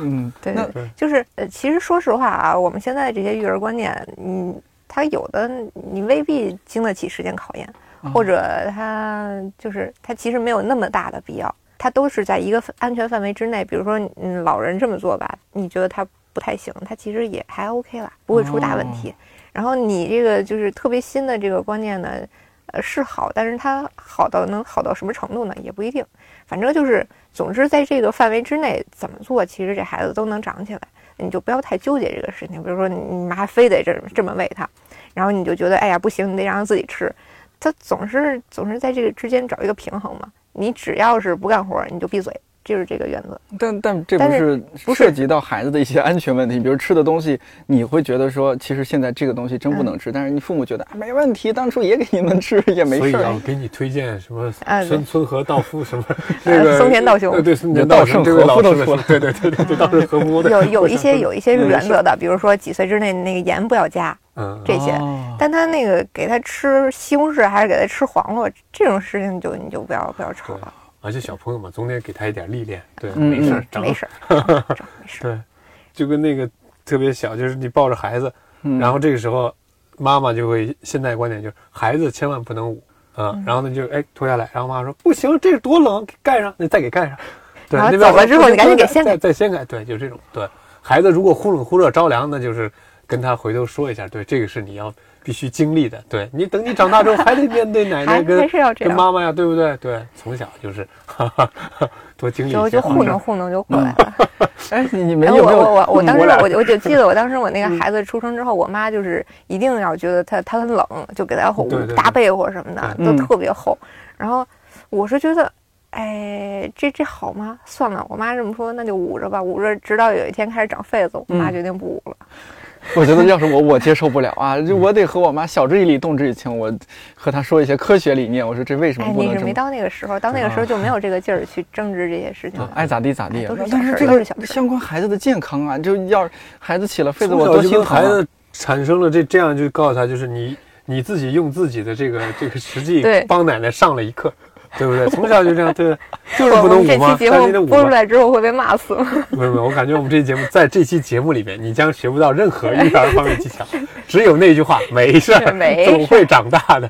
S2: 嗯，
S4: 对
S2: 那
S4: 对对，就是呃，其实说实话啊，我们现在这些育儿观念，嗯，它有的你未必经得起时间考验，或者它就是它其实没有那么大的必要，它都是在一个安全范围之内。比如说，嗯，老人这么做吧，你觉得他不太行，他其实也还 OK 啦，不会出大问题。然后你这个就是特别新的这个观念呢，呃，是好，但是它好到能好到什么程度呢？也不一定。反正就是，总之在这个范围之内怎么做，其实这孩子都能长起来。你就不要太纠结这个事情。比如说你你妈非得这这么喂他，然后你就觉得哎呀不行，你得让他自己吃。他总是总是在这个之间找一个平衡嘛。你只要是不干活，你就闭嘴，就是这个原则。
S2: 但但这不
S4: 但
S2: 是
S4: 不是
S2: 涉及到孩子的一些安全问题，比如吃的东西，你会觉得说，其实现在这个东西真不
S4: 嗯
S2: 能吃，但是你父母觉得、啊、没问题，当初也给你们吃也没
S3: 所以
S2: 事
S3: 要
S2: 儿。
S3: 给你推荐什么
S4: 哎啊对呃
S3: 村村和道夫什么那个
S4: 松田道雄
S3: 呃对松田道雄这位老师的书，对对对对对，道士和夫的
S4: 有有一些有一些是啊
S2: 嗯
S4: 原
S2: 是
S4: 则的，比如说几岁之内那个盐不要加
S3: 嗯
S4: 这些。
S2: 哦
S4: 但他那个给他吃西红柿还是给他吃黄瓜这种事情就，你就不要不要吵
S3: 对
S4: 了，，
S3: 而且小朋友嘛，总得给他一点历练，对，
S2: 嗯
S3: 没事儿
S2: 嗯，
S3: 长
S4: 没事儿，长没事儿。
S3: 对，就跟那个特别小，就是你抱着孩子，
S4: 嗯
S3: 然后这个时候妈妈就会现在观点就是孩子千万不能捂啊，
S4: 嗯
S3: 然后呢就哎脱下来，然后妈妈说不行，这多冷，盖上，那再给 盖上。对，
S4: 然后
S3: 那边
S4: 走
S3: 说
S4: 了之后
S3: 不行
S4: 你赶紧
S3: 不行
S4: 给掀开
S3: 再再掀开，对，就这种。对孩子如果忽冷忽热着凉，那就是跟他回头说一下，对，这个是你要必须经历的。对你等你长大之后还得面对奶奶
S4: 还
S3: 哎跟
S4: 还是要这
S3: 跟
S4: 样，
S3: 妈妈呀，对不对？对，从小就是 哈哈哈，多经历一
S4: 就
S3: 些。
S4: 就糊弄糊
S3: 嗯
S4: 弄就过来 了。
S2: 哎，你你们
S4: 哎，
S2: 有
S4: 我
S2: 没有？
S4: 我我我
S2: 嗯
S4: 当时
S3: 我俩
S4: 我就我就记得我当时我那
S3: 嗯
S4: 个孩子出生之后，我妈就是一定要觉得他他很冷，就给他
S3: 对对对
S4: 大被窝什么的
S2: 嗯
S4: 都特别厚。然后我是觉得，哎，这这好吗？算了，我妈这么说，那就捂着吧，捂着，直到有一天开始长痱子，我妈
S2: 嗯
S4: 决定不捂了。
S2: 我觉得要是我，我接受不了啊！就我得和我妈晓之以理，动之以情，我和她说一些科学理念。我说这为
S3: 嗯
S2: 什么
S4: 哎，
S2: 不
S4: 那
S2: 能
S4: 是
S2: 这
S4: 没
S2: 么？
S4: 到那个时候，到那个
S3: 啊
S4: 时候就没有这个劲儿去争执这些事情
S2: 啊
S4: 了，。
S2: 爱咋地咋地啊
S4: 哎。都是
S2: 但是
S4: 小事
S2: 这
S4: 儿都
S2: 个
S4: 是小事儿
S2: 相关孩子的健康啊，就要孩子起了痱子，
S3: 从
S2: 我
S3: 小
S2: 多
S3: 就
S2: 心
S3: 跟
S2: 疼啊。
S3: 孩子产生了这这样就告诉他，就是你你自己用自己的这个这个实际
S4: 对
S3: 帮奶奶上了一课，对不对？从小就这样， 对，就是
S4: 我
S3: 不
S4: 我
S3: 能
S4: 们
S3: 捂
S4: 这期
S3: 嘛，
S4: 节
S3: 但是你得
S4: 目
S3: 捂
S4: 播出
S3: 嘛。
S4: 来之后会被骂死吗？
S3: 没有没有，我感觉我们这节目在这期节目里面，你将学不到任何育儿方面技 巧，只有那句话，没事儿，
S4: 没事儿
S3: 总会长大的。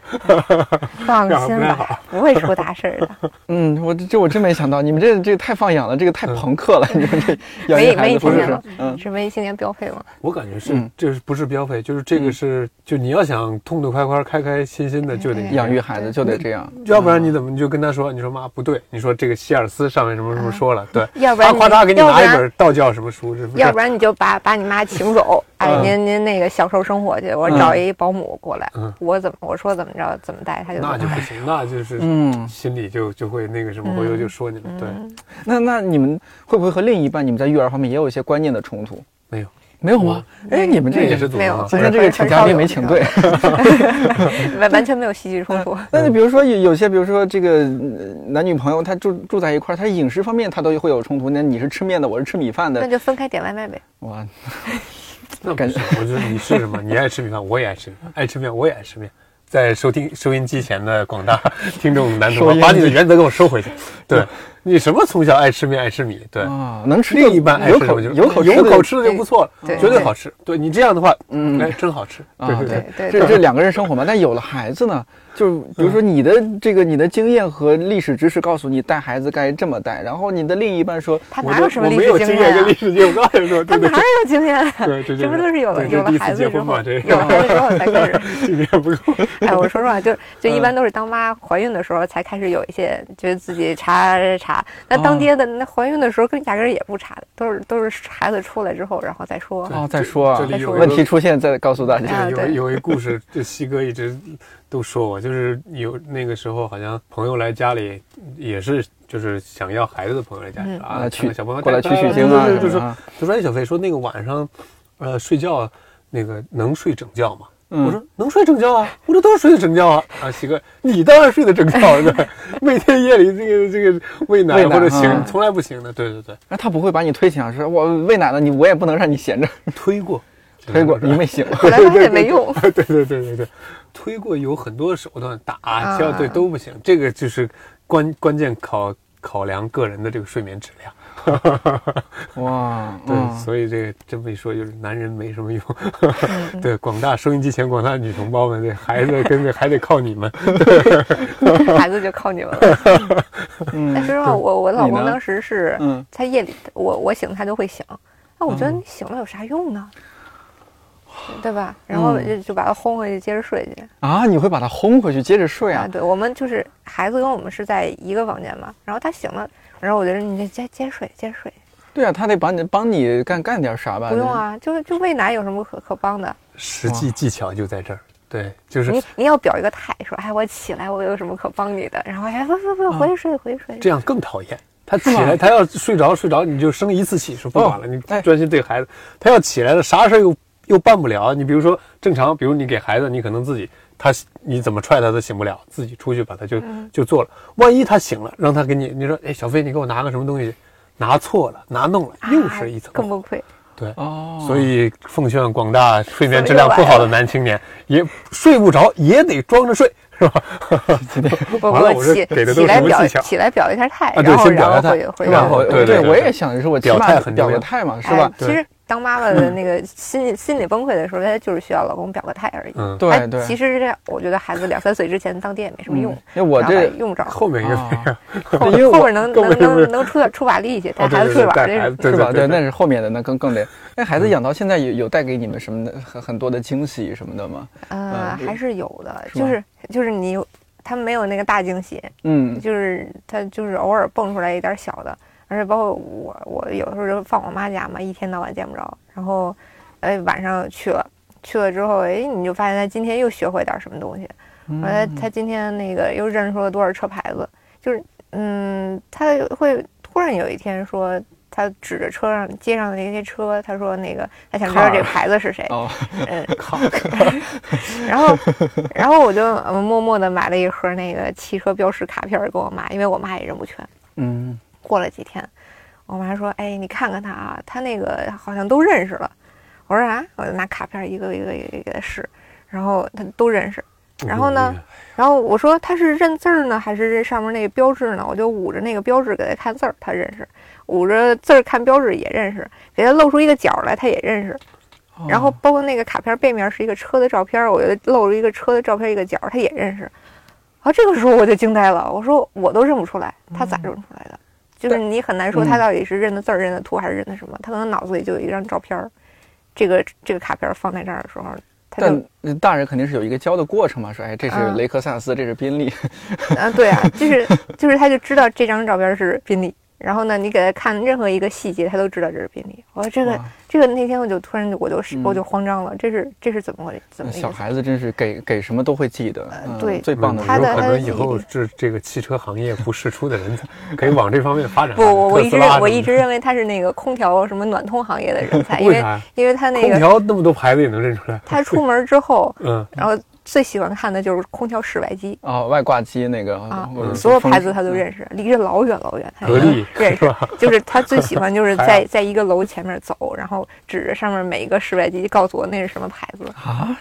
S4: 放
S3: 这样
S4: 心
S3: 不太
S4: 吧，不会出大事儿的。
S2: 嗯，我这这我真没想到，你们这这太放养了，这个
S3: 嗯
S2: 太朋克了，你们这 养
S4: 文
S2: 育
S4: 艺
S2: 孩
S4: 文艺
S2: 子
S4: 青
S2: 不是
S4: 年
S2: 是
S4: 嘛，
S2: 嗯
S4: 是文艺青年标 配嘛。
S3: 我感觉是
S2: 嗯，
S3: 这是不是标配？就是这个是，就你要想痛痛快快、开开心心的，就得
S4: 哎
S2: 嗯养育孩子就得这样。
S3: 要不然你怎么你就跟他说？你说妈不对，你说这个希尔斯上面什么什么说了，对，
S4: 嗯要不然
S3: 他夸嚓给你
S4: 要不
S3: 拿一
S4: 然
S3: 本道教什么书，是不是？
S4: 要不然你就把把你妈请走，哎，
S2: 嗯
S4: 您您那个享受生活去，我
S2: 嗯
S4: 找一保姆过来
S3: 嗯，
S4: 我怎么我说怎么着怎么带他就
S3: 那
S4: 怎
S3: 就
S4: 么
S3: 不行，那就是
S2: 嗯，
S3: 心里就就会那个什么，回
S4: 嗯
S3: 头就说你了，对，
S2: 那那你们会不会和另一半，你们在育儿方面也有一些观念的冲突？
S3: 没有，
S2: 没有吗？哎，你们
S3: 这
S2: 这
S3: 也
S2: 也
S3: 是
S2: 是
S3: 组
S4: 嗯没有
S3: 合
S2: 今天这个请嘉宾没请对。
S3: 嗯
S2: 嗯
S4: 完完全没有戏剧冲突。
S2: 那就比如说有有些，比如说这个呃男女朋友他住住在一块儿，他饮食方面他都会有冲突。那你是吃面的，我是吃米 饭
S4: 那
S2: 的，
S4: 就分开点外卖呗。
S2: 哇，
S3: 那不是，我觉得你是什么？你爱吃米饭，我也爱吃；爱吃面，我也爱吃面。在收听收音机前的广 大听众男同
S2: 收
S3: 胞，
S2: 音
S3: 把你的原则给我收回 去。对你什么从小爱吃面爱吃米，对，
S2: 啊，能吃
S3: 另
S2: 就
S3: 一半爱
S2: 有
S3: 吃什
S2: 口
S3: 么就
S2: 有口
S3: 有口
S2: 吃
S3: 吃的就不错了，
S4: 对
S3: 绝对好吃。对你这样的话，
S2: 嗯
S3: 哎，真好吃。
S2: 啊
S3: 对
S2: 对
S3: 对，
S4: 对
S2: 的，这
S4: 对，
S2: 这两个人生活嘛。但有了孩子呢，就比如说你的这个你的经验和历史知识告诉你带孩子该这么带，然后你的另一半说
S4: 他
S3: 我
S4: 哪
S3: 就
S4: 有什么
S3: 我
S4: 历
S3: 没有经
S4: 史经
S3: 验
S4: 验
S3: 跟历
S4: 啊？
S3: 史经验，我刚才说，
S4: 他
S3: 对对
S4: 哪
S3: 对，
S4: 有经验啊？
S3: 对对对
S4: 这不都是有了
S3: 对这
S4: 有了
S3: 第一次
S4: 孩
S3: 结
S4: 子之
S3: 婚嘛
S4: 后，
S3: 这
S4: 有了孩子之后才开始。
S3: 经验不够。
S2: 嗯
S4: 哎，我说实话，就是就一般都是当妈怀孕的时候才开始有一些觉得自己查查差。
S2: 哦
S4: 那当爹的那怀孕的时候跟压根儿也不差的，都是都是孩子出来之后，然后再说。
S3: 对
S2: 哦，再说啊
S3: 这，里有一个
S2: 问题出现再告诉大家。
S4: 啊
S3: 对，有
S4: 对
S3: 有一故事，这西哥一直都说我，就是有那个时候好像朋友来家里，也是就是想要孩子的朋友来家里、
S4: 嗯
S3: 啊，看
S2: 去
S3: 看小朋友
S2: 过来
S3: 带
S2: 取取经
S3: 对
S2: 啊
S3: 对对
S2: 什
S3: 就说
S2: 么的，
S3: 就说哎小飞说那个晚上，呃睡觉那个能睡整觉吗？我
S2: 嗯
S3: 说，能睡整觉啊，我这都是睡得整觉啊啊！西哥，你当然睡得整觉 了， 每天夜里这个这个喂奶
S2: 喂奶
S3: 或者醒
S2: 啊
S3: 从来不醒的，对对对，
S2: 那他不会把你推起来，说我喂奶了你，我也不能让你闲着，
S3: 推过，
S2: 推过
S3: 是吧
S2: 你没醒。
S4: 后来发现 没用，
S3: 对 对对对对，推过有很多手段打、敲，对都不行，这个就是关关键考考量个人的这个睡眠质量。
S2: 哇，
S3: 对，
S2: 嗯
S3: 所以这个这么一说，就是男人没什么用。 对，广大收音机前广大女同胞们，这孩子跟着还得靠你们。
S4: 孩子就靠你们了。但说
S2: 嗯
S4: 实话，我我老
S2: 你
S4: 公
S2: 呢
S4: 当时是
S2: 嗯
S4: 他夜里，我我醒他就会醒，那我觉得你醒了有啥用呢？对吧？然后
S2: 嗯
S4: 就就把他轰回去，接着睡去。
S2: 啊，你会把他轰回去接着睡
S4: 啊，
S2: 啊？
S4: 对，我们就是孩子跟我们是在一个房间嘛，然后他醒了，然后我就说你接接着睡，接着睡，
S2: 对啊，他得把你帮你干干点啥吧？
S4: 不用，啊，就就喂奶有什么可可帮的？
S3: 实际技巧就在这儿。对，就是
S4: 你你要表一个态，说哎我起来，我有什么可帮你的？然后哎不不不，回去睡，回去睡。
S3: 这样更讨厌。他起 来，他要睡着睡着，你就生一次气，说不管了，
S2: 哦
S3: 你
S2: 哎
S3: 专心对孩子。他要起来了，啥事儿又又办不了。你比如说正常，比如你给孩子，你可能自己他你怎么踹他都醒不了，自己出去把他就
S4: 嗯
S3: 就做了。万一他醒了，让他给你，你说哎小飞，你给我拿个什么东西，拿错了，拿弄了，又是一层
S4: 啊。更崩溃。
S3: 对，
S2: 哦，
S3: 所以奉劝广大睡眠质量不好的男青年，也睡不着也得装着睡，是吧？
S4: 我
S3: 完了
S4: 我
S3: 我这
S4: 起
S3: 给的都是
S4: 起来
S3: 什么
S4: 表
S3: 技巧
S4: 起来表一下态，
S3: 啊对
S4: 然后
S3: 先表
S4: 然后
S3: 一下态
S4: 会会
S3: 然后
S4: 会
S3: 对对对
S2: 我也想的是，我起
S3: 表态
S2: 码
S3: 很
S2: 表
S3: 重要
S2: 个态嘛，是吧
S4: 哎？其实当妈妈的那个心心理崩溃的时候，她就是需要老公表个态而已。
S3: 嗯，
S4: 哎
S2: 对对，
S4: 其实这我觉得孩子两三岁之前当爹也没什么用
S2: 嗯，因为我
S4: 然后
S2: 这
S4: 用不着，
S3: 后面一
S4: 哎哦
S3: 个。
S2: 啊，
S4: 后
S2: 因为我
S4: 后边能
S3: 根本
S4: 能
S3: 就
S4: 能
S3: 是
S4: 能出点出把力去，带
S3: 啊对
S4: 孩
S3: 对
S4: 子出去
S3: 对
S4: 玩
S3: 带
S4: 儿这
S3: 孩子
S4: 是
S3: 对
S2: 是吧？
S3: 对对
S2: 那是后面的，那更 更得。那孩子养到现在有有带给你们什么的很很多的惊喜什么的吗？
S4: 呃
S2: 嗯对
S4: 还是有的，
S2: 是
S4: 就
S2: 吗
S4: 是就是你有他没有那个大惊喜，
S2: 嗯，
S4: 就是他就是偶尔蹦出来一点小的，而且包括我，我有时候就放我妈家嘛，一天到晚见不着，然后，哎，晚上去了，去了之后，哎，你就发现他今天又学会点什么东西，后来他今天那个又认出了多少车牌子，就是，嗯，他会突然有一天说。他指着车上街上的那些车，他说：“那个，他想知道这
S2: Car
S4: 牌子是谁。
S2: 哦，
S4: 嗯， 然后，然后我就呃默默的买了一盒那个汽车标识卡片儿给我妈，因为我妈也认不全。
S2: 嗯，
S4: 过了几天，我妈说：“哎，你看看他啊，他那个好像都认识了。”我说：“啊，我就拿卡片一个一个一个一个给他试，然后他都认识。然后呢，然后我说他是认字儿呢，还是这上面那个标志呢？我就捂着那个标志给他看字儿，他认识；捂着字儿看标志也认识，给他露出一个角儿来，他也认识。然后包括那个卡片背面是一个车的照片儿，我就露了一个车的照片一个角儿，他也认识。然后这个时候我就惊呆了，我说我都认不出来，他咋认出来的？就是你很难说他到底是认的字儿、认的图还是认的什么，他可能脑子里就有一张照片儿，这个这个卡片儿放在这儿的时候，他就
S2: 但呃大人肯定是有一个教的过程嘛，说哎，这是
S4: 嗯
S2: 雷克萨斯，这是宾利，
S4: 啊，对啊，就是就是，他就知道这张照片是宾利。然后呢，你给他看任何一个细节，他都知道这是宾利。我说这个
S2: 哇
S4: 这个那天我就突然就我就是
S2: 嗯
S4: 我就慌张了，这是这是怎么回怎么一
S2: 小
S4: 个？
S2: 孩子真是给给什么都会记得，嗯
S4: 哎呃对
S2: 最棒的
S4: 他
S3: 有
S4: 的
S3: 可
S4: 他的
S3: 能以后这这个汽车行业不世出的人才，可以往这方面发展。
S4: 不，我我
S3: 特
S4: 一
S3: 斯
S4: 直
S3: 拉
S4: 认我
S3: 什么
S4: 一直认为他是那个空调什么暖通行业的人才，因
S3: 为
S4: 为
S3: 啥
S4: 因为他那
S3: 的空
S4: 个
S3: 调那么多牌子也能认出来。
S4: 他出门之后，
S3: 嗯，
S4: 然后最喜欢看的就是空调室外机
S2: 哦，外挂机那个
S4: 啊
S2: 或者，
S4: 所有
S2: 嗯风
S4: 牌子他都认识，离着老远老远他
S3: 格力
S4: 认
S3: 是
S4: 识
S3: 吧，
S4: 就是他最喜欢就是
S3: 还
S4: 在
S3: 好
S4: 在一个楼前面走，然后指着上面每一个室外机，告诉我那是什么牌子。
S2: 啊，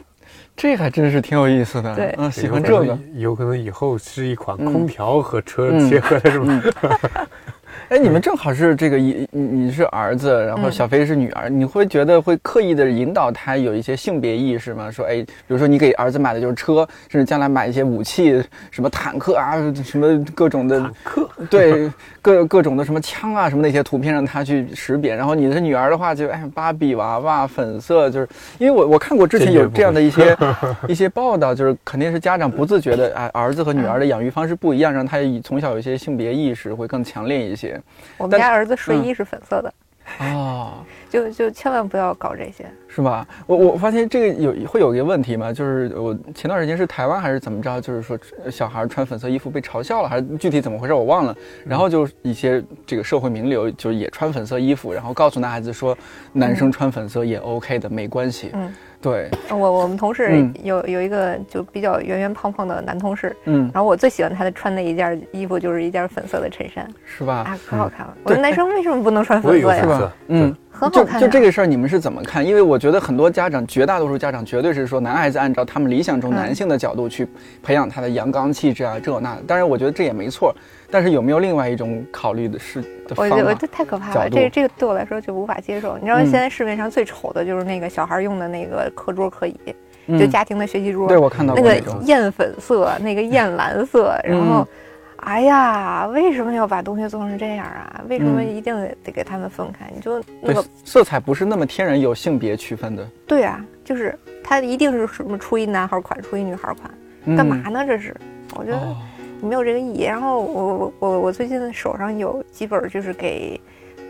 S2: 这还真是挺有意思的，
S4: 对
S2: 嗯，喜欢
S3: 有
S2: 这
S3: 可
S2: 个
S3: 能，有可能以后是一款
S4: 嗯
S2: 嗯
S3: 空调和车结合的，是吧？
S2: 哎，你们正好是这个你你你是儿子，然后
S4: 嗯
S2: 小飞是女儿，你会觉得会刻意的引导他有一些性别意识吗？说，哎，比如说你给儿子买的就是车，甚至将来买一些武器，什么坦克啊，什么各种的
S3: 坦克，
S2: 对各各种的什么枪啊什么那些图片让他去识别，然后你的女儿的话就哎芭比娃娃粉色，就是因为我我看过之前有这样的一 些一些报道，就是肯定是家长不自觉的哎儿子和女儿的养育方式不一样，让他以从小有一些性别意识会更强烈一些。
S4: 我们
S2: 但
S4: 家儿子睡
S2: 嗯
S4: 衣是粉色的，
S2: 哦，
S4: 就就千万不要搞这些。
S2: 是吧？我我发现这个有会有一个问题嘛，就是我前段时间是台湾还是怎么着，就是说呃小孩穿粉色衣服被嘲笑了，还是具体怎么回事我忘了。然后就一些这个社会名流就也穿粉色衣服，然后告诉男孩子说，男生穿粉色也 OK 的，没关系。
S4: 嗯，
S2: 对，
S4: 我我们同事
S2: 嗯
S4: 有有一个就比较圆圆胖胖的男同事，
S2: 嗯，
S4: 然后我最喜欢他的穿的一件衣服就是一件粉色的衬衫，
S2: 是吧？
S4: 啊，可好看了。我说男生为什么不能穿
S3: 我
S4: 粉
S3: 也有
S4: 色
S3: 粉
S2: 是
S4: 呀？
S2: 吧
S3: 色，
S2: 嗯，
S4: 很好
S2: 就
S4: 看、啊
S2: 就这个事儿，你们是怎么看？因为我觉得很多家长，绝大多数家长绝对是说，男孩子按照他们理想中
S4: 嗯
S2: 男性的角度去培养他的阳刚气质啊，这有那的。当然，我觉得这也没错。但是有没有另外一种考虑的是的
S4: 我
S2: 方
S4: 觉得
S2: 法？
S4: 这太可怕
S2: 角
S4: 了，
S2: 度
S4: 这个这个对我来说就无法接受。你知道
S2: 嗯
S4: 现在市面上最丑的就是那个小孩用的那个课桌课椅，
S2: 嗯
S4: 就家庭的学习桌，
S2: 对我看到
S4: 那
S2: 过那
S4: 个
S2: 种，
S4: 艳粉色，那个艳蓝色，然后
S2: 嗯，
S4: 哎呀，为什么要把东西做成这样啊？为什么
S2: 嗯
S4: 一定得给他们分开？你就那
S2: 对
S4: 个
S2: 色彩不是那么天然有性别区分的。
S4: 对啊，就是他一定是什么出一男孩款，出一女孩款，
S2: 嗯
S4: 干嘛？呢？这是，我觉得
S2: 哦，
S4: 没有这个意义。然后我我我我最近手上有几本就是给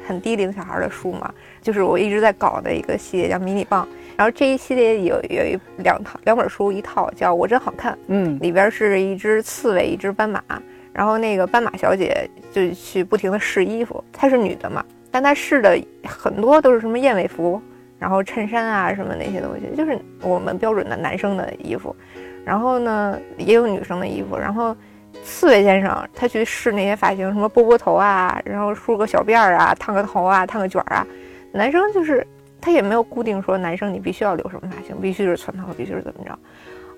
S4: 很低龄小孩的书嘛，就是我一直在搞的一个系列叫迷你棒。然后这一系列有有一两套两本书，一套叫《我真好看》，
S2: 嗯
S4: 里边是一只刺猬，一只斑马，然后那个斑马小姐就去不停的试衣服，她是女的嘛，但她试的很多都是什么燕尾服，然后衬衫啊什么那些东西，就是我们标准的男生的衣服，然后呢也有女生的衣服，然后。刺猬先生，他去试那些发型，什么波波头啊，然后梳个小辫儿啊，烫个头啊，烫个卷儿啊。男生就是他也没有固定说男生你必须要留什么发型，必须是寸头，必须是怎么着。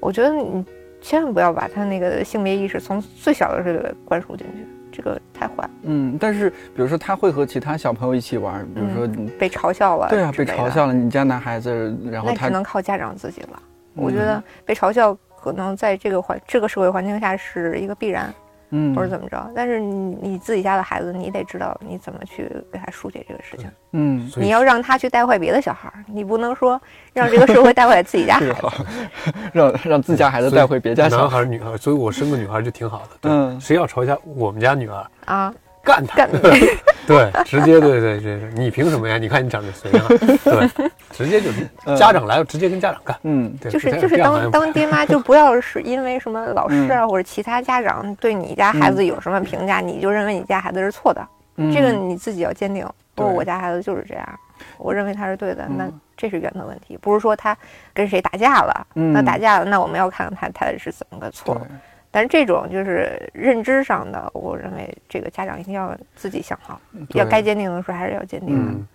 S4: 我觉得你千万不要把他那个性别意识从最小的时候灌输进去，这个太坏了，
S2: 嗯，但是比如说他会和其他小朋友一起玩，比如说，
S4: 被嘲笑嗯了之
S2: 对
S4: 类
S2: 啊
S4: 的。，
S2: 被嘲笑了，你家男孩子，然后
S4: 那
S2: 他
S4: 只能靠家长自己了。我
S2: 嗯
S4: 觉得被嘲笑可能在这个环这个社会环境下是一个必然，
S2: 嗯
S4: 或者怎么着。但是你你自己家的孩子，你得知道你怎么去给他疏解这个事情。
S2: 嗯，
S3: 所以
S4: 你要让他去带坏别的小孩儿，你不能说让这个社会带坏自己 家孩
S2: 这
S4: 子
S2: 个。好，让让自家孩子带回别家
S3: 男
S2: 小孩。
S3: 孩女孩，所以我生个女孩就挺好的。对
S2: 嗯
S3: 谁要嘲笑我们家女儿，
S4: 啊，
S3: 干他！
S4: 干
S3: 对，直接对对对对，你凭什么呀？你看你长得谁样？ 对，直接就
S2: 嗯
S3: 家长来了，直接跟家长干。
S2: 嗯，
S3: 对，
S4: 就是
S3: 这
S4: 就是
S3: 这样好
S4: 当
S3: 像
S4: 当爹妈就不要是因为什么老
S2: 嗯
S4: 师啊、或者其他家长对你家孩子有什么评价，你就认为你家孩子是错的，
S2: 嗯
S4: 这个你自己要坚定。
S2: 对
S4: 哦，我家孩子就是这样，我认为他是对的，
S2: 嗯
S4: 那这是原则问题，不是说他跟谁打架了，
S2: 嗯
S4: 那打架了，那我们要看看他他是怎么个错
S2: 对。
S4: 但是这种就是认知上的，我认为这个家长一定要自己想好，
S2: 嗯对
S4: 要该坚定的时候还是要坚定的。
S3: 嗯，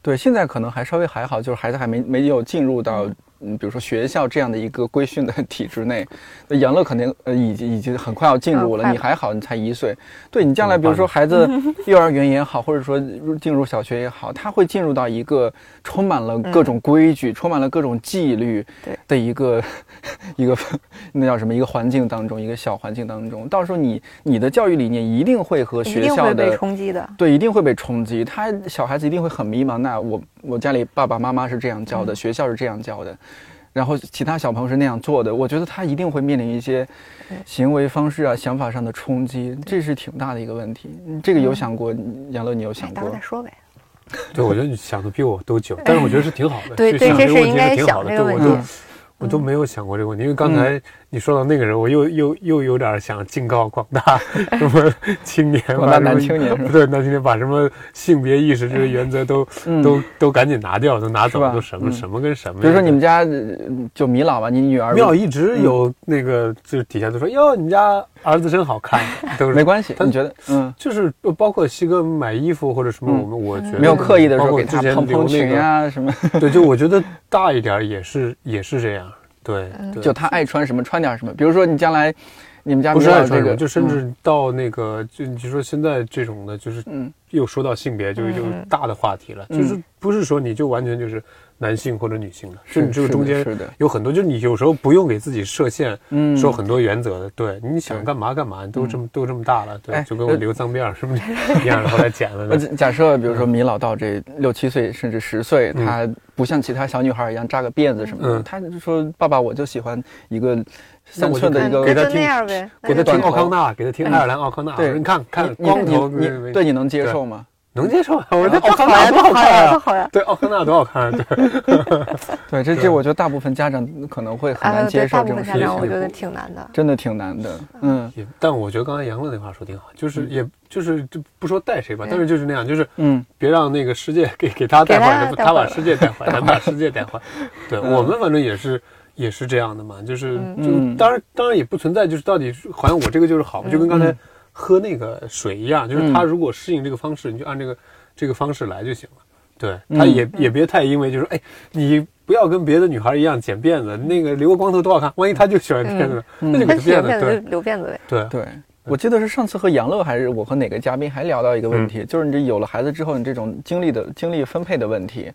S2: 对，现在可能还稍微还好，就是孩子还没没有进入到，嗯，比如说学校这样的一个规训的 体制内。那杨乐肯定呃已经已经很快要进入
S4: 嗯
S2: 了，
S4: 快
S2: 你
S4: 了
S2: 还好，你才一岁。对你将来，
S3: 嗯
S2: 比如说孩子 幼儿园也好，或者说入进入小学也好，他会进入到一个充满了各种规矩、充满了各种纪律
S4: 嗯对
S2: 的一个一个那叫什么一个环境当中，一个小环境当中。到时候你你的教育理念一定会和
S4: 一
S2: 学
S4: 定
S2: 校
S4: 会
S2: 的
S4: 被冲击的，
S2: 对，一定会被冲击。他小孩子一定会很迷茫。那我我家里爸爸妈妈是这样教的，学校是这样教的，然后其他小朋友是那样做的。我觉得他一定会面临一些行为方式啊、想法上的冲击，这是挺大的一个问题。嗯这个有想过，杨乐，你有
S4: 哎
S2: 想，
S4: 到时
S2: 过
S4: 候再？说呗。
S3: 对，我觉得你想的比我都久，但是我觉得是挺好的。
S4: 对
S3: 就
S4: 对
S3: 想
S4: 这
S3: 个
S4: 是
S3: 问
S4: 应
S3: 题
S4: 该
S3: 挺
S4: 想
S3: 好的
S4: 这个
S3: 对
S4: 问嗯
S3: 我都
S2: 题
S3: 我都没有想过这个问题，因为刚才你说到那个人，我又又又有点想敬告广 大什么青年吧，
S2: 广大
S3: 什么
S2: 男青年是吧
S3: 对男青年把什么性别意识这些原则都
S2: 嗯
S3: 都都赶紧拿掉，都拿走
S2: 是吧，
S3: 都什么
S2: 嗯
S3: 什么跟什么呀。
S2: 比如说你们家呃就米老吧，你女儿
S3: 庙一直有那个，就是底下都说哟，你们家儿子真好看， 都是
S2: 没关系，
S3: 他
S2: 你觉得？嗯，
S3: 就是包括西哥买衣服或者什么，
S2: 嗯
S3: 我们我觉得
S2: 没有刻意的
S3: 包
S2: 说
S3: 括
S2: 给
S3: 之
S2: 他
S3: 前
S2: 蓬
S3: 留
S2: 蓬
S3: 那
S2: 裙
S3: 个，
S2: 啊什么，
S3: 对，就我觉得大一点儿也是也是这样，对，对
S2: 就他爱穿什么穿点什么。比如说你将来你们家
S3: 不是
S2: 米
S3: 爱
S2: 老
S3: 传什
S2: 这个，
S3: 么，就甚
S2: 嗯
S3: 至到那个，就你说现在这种的，就是
S2: 嗯
S3: 又说到性别，就有
S4: 嗯
S3: 大的话题了，
S2: 嗯
S3: 就是不是说你就完全就是男性或者女性了，
S2: 是
S3: 就你这个
S2: 是的
S3: 中间
S2: 是的
S3: 有很多，就是你有时候不用给自己设限，
S2: 嗯，
S3: 说很多原则的，对，你想
S2: 对嗯
S3: 干嘛干嘛，都这么都这么大了，对
S2: 哎，
S3: 就跟我留脏辫儿是不是一样的，后来剪了 呢，
S2: 呃假假设比如说米老到这六七岁甚至十岁，
S3: 嗯
S2: 她不像其他小女孩一样扎个辫子什么的，
S3: 嗯
S2: 她就说：“爸爸，我就喜欢一个三寸的一
S3: 那
S2: 个
S3: 我给他
S4: 嗯就
S3: 听
S4: 那样呗，那
S3: 给他
S4: 就
S3: 听
S2: 短
S3: 奥
S2: 头
S3: 康纳，给他听爱尔兰奥康纳，
S2: 对
S3: 我说你看看
S2: 你
S3: 光
S2: 你
S3: 头，
S2: 你
S3: 没
S2: 你对你能接
S3: 对
S2: 受吗？
S3: 能接受啊，我这
S4: 多
S3: 奥康
S4: 好
S3: 纳
S4: 呀，
S3: 多
S4: 多
S3: 好
S4: 好
S3: 看
S4: 呀，多
S3: 啊，
S4: 好呀！
S3: 对，奥康纳多好看啊，对，
S2: 对，这
S3: 对
S2: 这我觉得大部分家长可能会很
S4: 啊，
S2: 难接
S4: 对，
S2: 受
S4: 大
S2: 这
S4: 部
S2: 种
S4: 分
S2: 事
S4: 家长我
S2: 情，
S4: 觉得挺难的。
S2: 真的挺难的。嗯
S3: 也，但我觉得刚才杨乐那话说挺好，就是也就是就不说带谁吧，但是就是那样，就是
S2: 嗯，
S3: 别让那个世界给给他带坏了，
S4: 给他
S3: 他
S4: 带
S3: 把
S4: 坏了
S3: 世界带坏，咱把世界带坏。对我们反正也是也是这样的嘛，就是就
S2: 嗯
S3: 当然当然也不存在，就是到底是好像我这个就是好，就跟刚才
S2: 嗯
S3: 喝那个水一样，就是
S2: 嗯
S3: 他如果适应这个方式，你就按这个这个方式来就行了。对，
S2: 嗯
S3: 他也也别太因为就是哎，你不要跟别的女孩一样剪辫子，那个留个光头多好看，万一他就喜欢辫子呢，
S2: 嗯
S3: 那就给
S4: 他
S3: 他
S4: 喜
S3: 辫
S4: 欢
S3: 子
S4: 辫。子
S3: 对
S4: 就留辫子呗，
S3: 对
S2: 对。我记得是上次和杨乐还是我和哪个嘉宾还聊到一个
S3: 嗯
S2: 问题，就是你这有了孩子之后，你这种精力的精力分配的问题，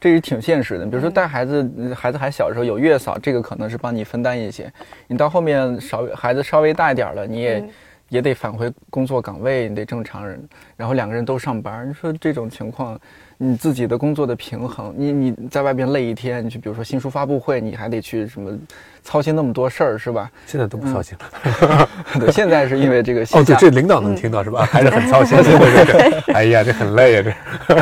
S2: 这是挺现实的。比如说带孩子，呃孩子还小的时候有月嫂，这个可能是帮你分担一些。你到后面稍微孩子稍微大一点了，你也、
S4: 嗯
S2: 也得返回工作岗位，你得正常人，然后两个人都上班，你说这种情况，你自己的工作的平衡，你你在外边累一天，你去比如说新书发布会，你还得去什么操心那么多事儿是吧？
S3: 现在都不操心了。
S2: 对，现在是因为这个线
S3: 哦，
S2: 下
S3: 对，这领导能听到是吧？还是很操心的，这个。哎呀，这很累啊，这。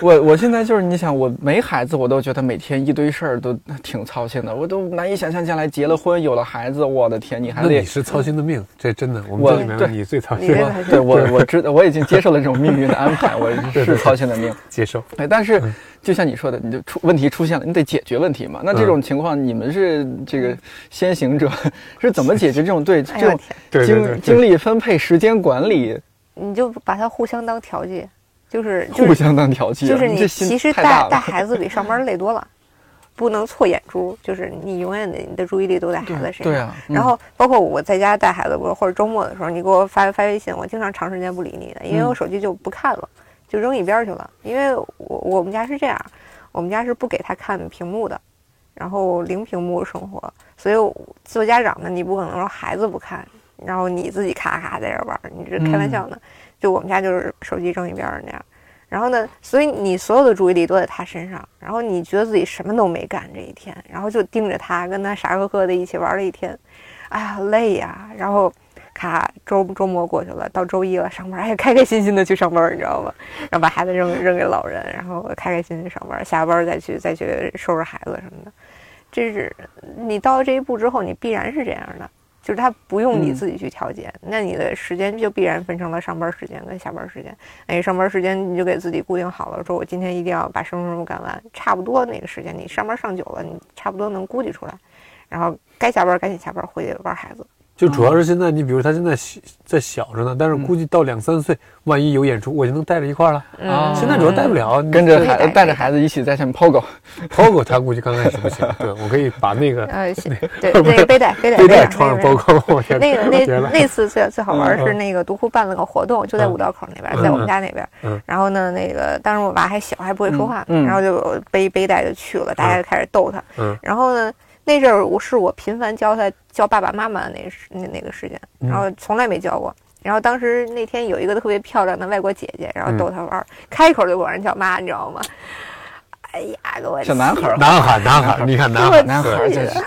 S2: 我我现在就是你想，我没孩子，我都觉得每天一堆事儿都挺操心的，我都难以想象将来结了婚有了孩子，我的天，你还
S3: 那
S2: 得
S3: 你是操心的命，这真的，我们
S2: 我
S3: 这里面
S2: 对
S3: 你最操
S4: 你
S3: 心
S4: 这，
S2: 我
S4: 才是
S2: 啊对我我知道我已经接受了这种命运的安排，我是操心的命。
S3: 接受。
S2: 对，但是
S3: 嗯
S2: 就像你说的，你就出问题出现了，你得解决问题嘛。那
S3: 嗯
S2: 这种情况，你们是这个先行者， 是怎么解决这种对
S4: 哎
S2: 这
S4: 呦我
S2: 种
S4: 天，
S3: 对对对
S2: 精精力分配、时间管理
S4: 你就把它互相当调剂，就是就
S2: 互
S4: 是
S2: 相当调剂啊？
S4: 就是
S2: 你
S4: 你
S2: 这心
S4: 其实
S2: 太
S4: 带
S2: 大
S4: 带
S2: 了。嗯
S4: 孩子比上班累多了，不能错眼珠，就是你永远得你的注意力都在孩子身上。
S2: 对啊嗯
S4: 然后包括我在家带孩子，我或者周末的时候，你给我发发微信，我经常长时间不理你的，因为
S2: 嗯
S4: 我手机就不看了，就扔一边儿去了。因为我我们家是这样，我们家是不给他看屏幕的。然后零屏幕生活，所以我做家长呢，你不可能让孩子不看，然后你自己咔咔在这儿玩儿，你这开玩笑呢。就我们家就是手机扔一边儿那样，然后呢，所以你所有的注意力都在他身上，然后你觉得自己什么都没干这一天，然后就盯着他，跟他傻呵呵的一起玩了一天，哎呀累呀，然后咔周周末过去了，到周一了上班，哎呀开开心心的去上班，你知道吗？然后把孩子扔扔给老人，然后开开心心地上班，下班再去再去收拾孩子什么的，这是你到了这一步之后，你必然是这样的。就是他不用你
S2: 嗯
S4: 自己去调节，那你的时间就必然分成了上班时间跟下班时间。哎，上班时间你就给自己固定好了，说我今天一定要把什么什么干完，差不多那个时间你上班上久了，你差不多能估计出来。然后该下班赶紧下班，回去玩孩子。
S3: 就主要是现在，你比如他现在小在小着呢，但是估计到两三岁，万一有演出，我就能带着一块儿了。
S4: 嗯
S2: 啊
S3: 现在主要带不了，
S2: 跟着
S4: 可以
S2: 孩
S4: 带
S2: 带着孩子一起在下面抛狗，
S3: POGO，他估计刚开始不行。对，我可以把那个
S4: 呃，是 对那个背带背带
S3: 背带
S4: 带
S3: 穿上
S4: 那个
S3: POGO，我天，
S4: 那个那
S3: 绝了
S4: 那次最最好玩
S3: 嗯
S4: 是
S3: 嗯
S4: 那个独库办了个活动，就在
S3: 嗯
S4: 五道口那边，
S3: 嗯
S4: 在我们家那边
S3: 嗯。
S4: 然后呢，那个当时我娃还小，还不会说话呢，
S2: 嗯嗯
S4: 然后就背背带就去了，大家就开始逗他。
S3: 嗯，
S4: 然后呢，那阵儿我是我频繁教他教爸爸妈妈的那个时那那个时间，
S3: 嗯
S4: 然后从来没教过。然后当时那天有一个特别漂亮的外国姐姐，然后
S3: 嗯
S4: 逗他玩儿，开口就管人叫妈，你知道吗？哎呀，给我
S2: 小男孩儿，
S3: 男孩，男孩，你看男孩，
S2: 男孩儿
S3: 对
S2: 真是，
S3: 哎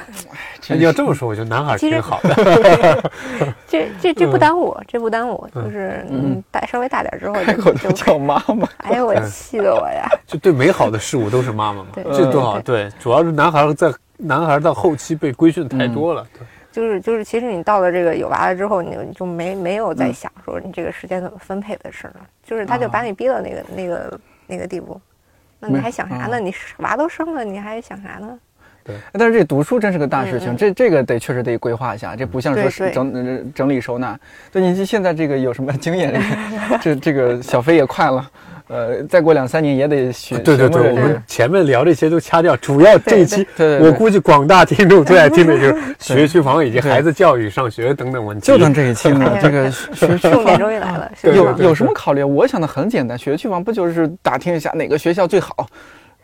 S2: 真
S3: 你
S2: 是
S3: 要这么说，我觉得男孩
S4: 其实
S3: 挺好的。
S4: 这这这不耽误，这不耽误，
S3: 嗯
S4: 就是
S2: 嗯
S4: 嗯，大稍微大点儿之后
S2: 开口就
S4: 就就，
S2: 叫妈妈。
S4: 哎呦我
S3: 嗯
S4: 气得我呀！
S3: 就对美好的事物都是妈妈嘛，
S4: 对
S3: 这多好。对，主要是男孩在男孩到后期被规训太多了。对
S4: 就是就是，其实你到了这个有娃了之后，你就你就没没有
S3: 嗯
S4: 再想说你这个时间怎么分配的事了，就是
S3: 哦
S4: 他就把你逼到那个那个那个地步，那你
S2: 没嗯
S4: 还想啥呢？你娃都生了，你还想啥 呢？
S2: 但是这读书真是个大事情，
S4: 嗯嗯
S2: 这这个得确实得规划一下，这不像说
S4: 对
S2: 是
S4: 对
S2: 整呃整理收纳。对，您现在这个有什么经验？这个这这个小飞也快了，呃，再过两三年也得学。
S3: 对对
S2: 学
S3: 对，
S2: 会这
S3: 我
S2: 个
S3: 们前面聊这些都掐掉，主要这一期
S2: 对对对
S3: 我估计广大听众最爱听的就是学区房以及孩子教育、上学等等问题。
S2: 就等这一期呢，这个学区
S4: 重点
S2: 房
S4: 终于来了，是
S3: 对
S4: 吧
S2: 有？有什么考虑？我想的很简单，学区房不就是打听一下哪个学校最好？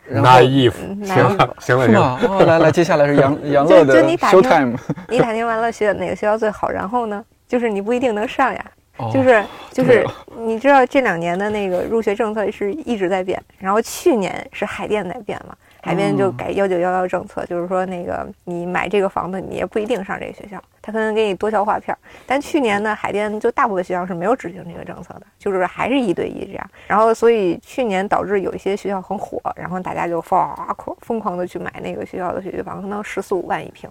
S2: 然后
S3: naive，
S4: 嗯
S3: 行了行了
S2: 是
S3: 行了，
S2: 吗？哦，来来，接下来 是杨杨乐
S4: 就
S2: 的
S4: 就你打听
S2: show time，
S4: 你打听完了学哪个学校最好，然后呢，就是你不一定能上呀。
S2: 哦
S4: 就是就
S2: 对
S4: 是
S2: 哦，
S4: 你知道这两年的那个入学政策是一直在变，然后去年是海淀在变嘛，海淀就
S2: 嗯
S4: 改幺九幺幺政策，就是说那个你买这个房子，你也不一定上这个学校，他可能给你多条划片儿。但去年呢，海淀就大部分学校是没有执行这个政策的，就是还是一对一这样。然后所以去年导致有一些学校很火，然后大家就疯狂疯狂的去买那个学校的学区房，可能十四五万一平。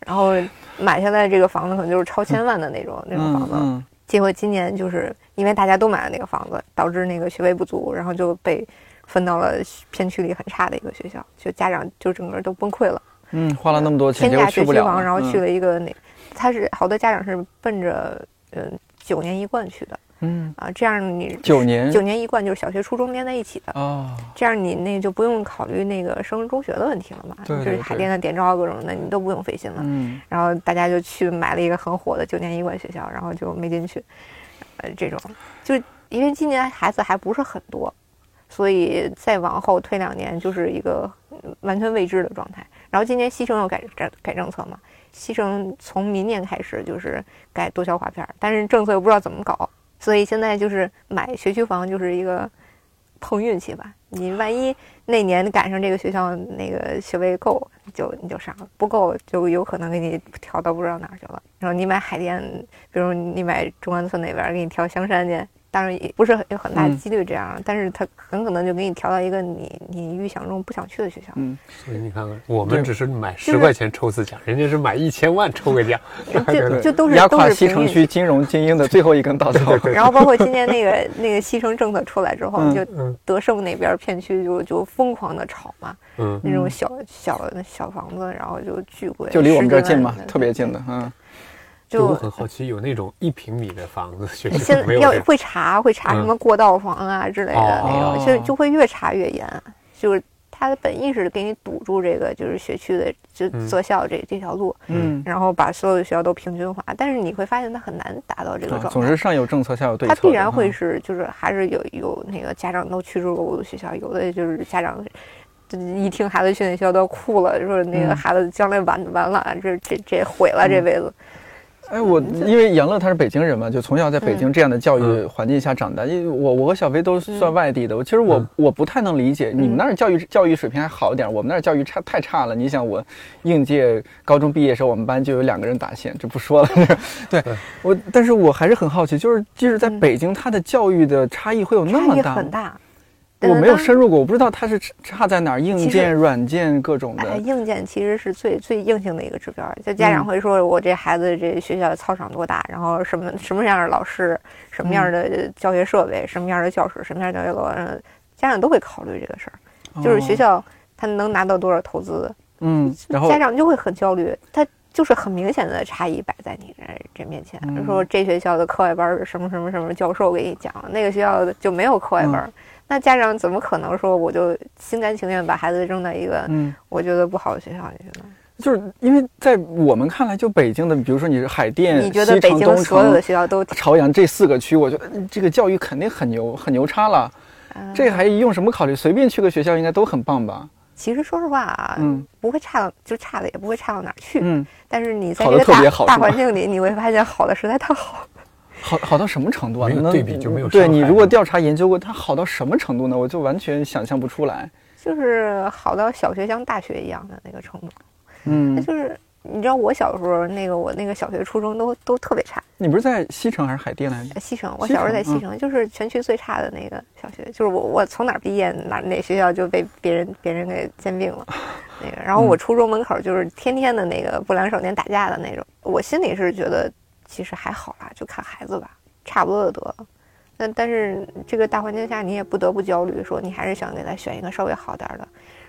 S4: 然后买下来这个房子可能就是超千万的那种、那种房
S2: 嗯
S4: 子，
S2: 嗯，
S4: 结果今年就是因为大家都买了那个房子，导致那个学位不足，然后就被分到了片区里很差的一个学校，就家长就整个都崩溃了。
S2: 嗯，花了那么多钱，
S4: 天
S2: 结果
S4: 价
S2: 去
S4: 学
S2: 不
S4: 区
S2: 了
S4: 房，
S2: 了，嗯
S4: 然后去
S2: 了，
S4: 了一个那，他是好多家长是奔着嗯九年一贯去的
S2: 嗯，
S4: 啊，这样你
S2: 九年
S4: 九年一贯就是小学、初中连在一起的，
S2: 啊，
S4: 这样你那就不用考虑那个升中学的问题了嘛，
S2: 对
S4: 就
S2: 对
S4: 是海
S2: 对
S4: 淀的点招各种的你都不用费心了。
S2: 嗯，
S4: 然后大家就去买了一个很火的九年一贯学校，然后就没进去，呃，这种，就因为今年孩子还不是很多，所以再往后推两年就是一个嗯完全未知的状态。然后今年西城又改改改政策嘛，西城从明年开始就是改多消划片儿，但是政策又不知道怎么搞，所以现在就是买学区房就是一个碰运气吧。你万一那年赶上这个学校那个学位够，就你就上了；不够就有可能给你调到不知道哪儿去了。然后你买海淀，比如你买中关村那边儿，给你调香山去，当然也不是很有很大
S2: 嗯
S4: 几率这样，但是他很可能就给你调到一个你你预想中不想去的学校。
S3: 所以你看看，我们
S2: 对
S3: 只是买
S4: 是
S3: 十块钱抽次奖，人家是买一千万抽个奖，
S2: 啊
S4: 就就都是
S2: 压
S4: 都
S2: 垮
S4: 是
S2: 西
S4: 平
S2: 城
S4: 运
S2: 区金融精英的最后一根稻草，
S4: 然后包括今年那个那个西城政策出来之后，
S2: 嗯
S4: 就
S3: 嗯
S4: 德胜那边片区就就疯狂的炒嘛，
S3: 嗯，
S4: 那种
S2: 嗯
S4: 小小小房子，然后就巨贵，
S2: 就离我们这儿近嘛
S4: 10万，的
S2: 特别近的，嗯，
S3: 就我
S4: 就
S3: 很好奇，有那种一平米的房子，学
S4: 现
S3: 区
S4: 在
S3: 没有
S4: 要
S3: 这嗯种
S4: 会查会查什么过道房啊之类的那
S2: 哦
S4: 种，就就会越查越严，就是。他的本意是给你堵住这个，就是学区的就
S3: 嗯
S4: 择校这这条路，
S2: 嗯，
S4: 然后把所有的学校都平均化。但是你会发现，它很难达到这个
S2: 啊
S4: 状态。
S2: 总是上有政策，下有对
S4: 他
S2: 策的，
S4: 必然会
S2: 嗯
S4: 是，就是还是有有那个家长都去住过学校，有的就是家长就一听孩子去那学校都哭了，说那个
S2: 嗯
S4: 孩子将来完完了，啊这这这毁了这辈子。
S2: 哎，我
S4: 嗯
S2: 因为杨乐他是北京人嘛，就从小在北京这样的教育
S3: 嗯
S2: 环境下长大。因为我我和小飞都算外地的，我其实我
S3: 嗯
S2: 我不太能理解你
S4: 嗯
S2: 们那儿教育教育水平还好一点，我们那儿教育差太差了。你想我应届高中毕业的时候，我们班就有两个人打线，这不说了。 对
S3: 嗯对
S2: 我，但是我还是很好奇，就是即使在
S4: 嗯
S2: 北京，他的教育的差异会有那
S4: 差
S2: 么
S4: 异
S2: 大
S4: 很
S2: 吗？
S4: 大。
S2: 我
S4: 但
S2: 没有
S4: 当
S2: 深入过，我不知道他是差在哪儿，硬
S4: 其实
S2: 件、软件各种
S4: 哎，
S2: 的。
S4: 硬件其实是最最硬性的一个指标。就家长
S2: 嗯
S4: 会说，我这孩子这学校操场多大，然后什么什么样的老师，什么
S2: 嗯
S4: 样的教学设备，什么样的教室，什么样的教学楼，嗯家长都会考虑这个事儿。就是学
S2: 哦，
S4: 校他能拿到多少投资，
S2: 嗯，然后
S4: 家长就会很焦虑，他就是很明显的差异摆在你这这面前，
S2: 嗯
S4: 说这学校的课外班儿什么什么什么教授给你讲，那个学校的就没有课外
S2: 嗯
S4: 班儿。那家长怎么可能说我就心甘情愿把孩子扔到一个
S2: 嗯。
S4: 我觉得不好的学校里去呢？
S2: 就是因为在我们看来，就北京的，比如说你是海淀、
S4: 你觉得
S2: 西
S4: 北
S2: 城
S4: 京
S2: 东
S4: 所有的
S2: 城、
S4: 学校都挺
S2: 朝阳这四个区，我觉得嗯这个教育肯定很牛，很牛叉了。
S4: 啊
S2: 这还用什么考虑？随便去个学校应该都很棒吧？
S4: 其实说实话啊，
S2: 嗯
S4: 不会差到就差的也不会差到哪儿去，
S2: 嗯，
S4: 但是你在
S2: 好
S4: 这
S2: 得
S4: 个
S2: 特别
S4: 大
S2: 好
S4: 大
S2: 是吧
S4: 环境里，你会发现好的实在太好了。
S2: 好好到什么程度啊？
S3: 没有
S2: 能
S3: 对比就没有
S2: 对
S3: 伤害
S2: 你如果调查研究过，它好到什么程度呢？我就完全想象不出来。
S4: 就是好到小学像大学一样的那个程度。那
S2: 嗯，
S4: 就是你知道我小时候那个我那个小学初中都都特别差，
S2: 你不是在西城还是海淀来着？
S4: 呃西城我
S2: 西
S4: 小时候
S2: 城
S4: 在西城、
S2: 嗯
S4: 就是全区最差的那个小学，就是我我从哪儿毕业哪哪学校就被别人别人给兼并 了，那个然后
S2: 嗯
S4: 我初中门口就是天天的那个不良少年打架的那种，我心里是觉得其实还好啦，就看孩子吧，差不多就得了。那但是这个大
S2: 嗯
S4: 环境下，你也不得不焦虑，说你还是想给他选一个稍微好点儿的。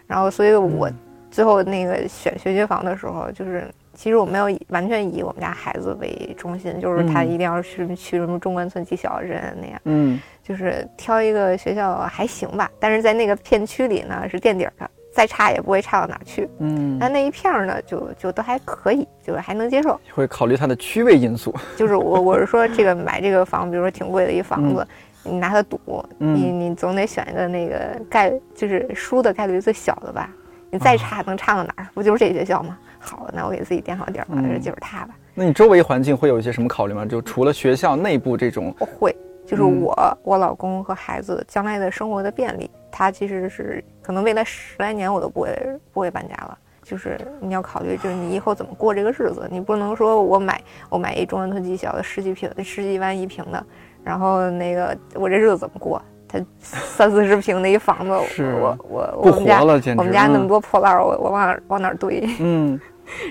S4: 然后，所以我最后那个选学区房的时候，就是其实我没有以完全以我们家孩子为中心，就是他
S2: 嗯
S4: 一定要去去什么中关村技校、人人那样，
S2: 嗯
S4: 就是挑一个学校还行吧，但是在那个片区里呢是垫底儿的，再差也不会差到哪儿去。
S2: 嗯
S4: 但，那一片儿呢，就就都还可以，就是还能接受。
S2: 会考虑它的区位因素。
S4: 就是我 我是说这个买这个房，比如说挺贵的一房子，你拿它赌，
S2: 嗯
S4: 你你总得选一个那个概就是输的概率最小的吧。你
S2: 哦
S4: 再差能差到哪儿？不就是这学校吗？好，那我给自己垫好底儿吧，
S2: 嗯
S4: 就是它吧。
S2: 那你周围环境会有一些什么考虑吗？就除了学校内部这种，
S4: 我会，就是
S2: 嗯
S4: 我、我老公和孩子将来的生活的便利，他其实是可能未来十来年我都不会不会搬家了。就是你要考虑，就是你以后怎么过这个日子，你不能说我买我买一中关村技校的十几平十几万一平的，然后那个我这日子怎么过？ 他三四十平的一房子，
S2: 是
S4: 我我我
S2: 不
S4: 我们家
S2: 活了简直
S4: 我们家那么
S2: 嗯
S4: 多破烂儿，我我往哪儿往哪儿堆？
S2: 嗯，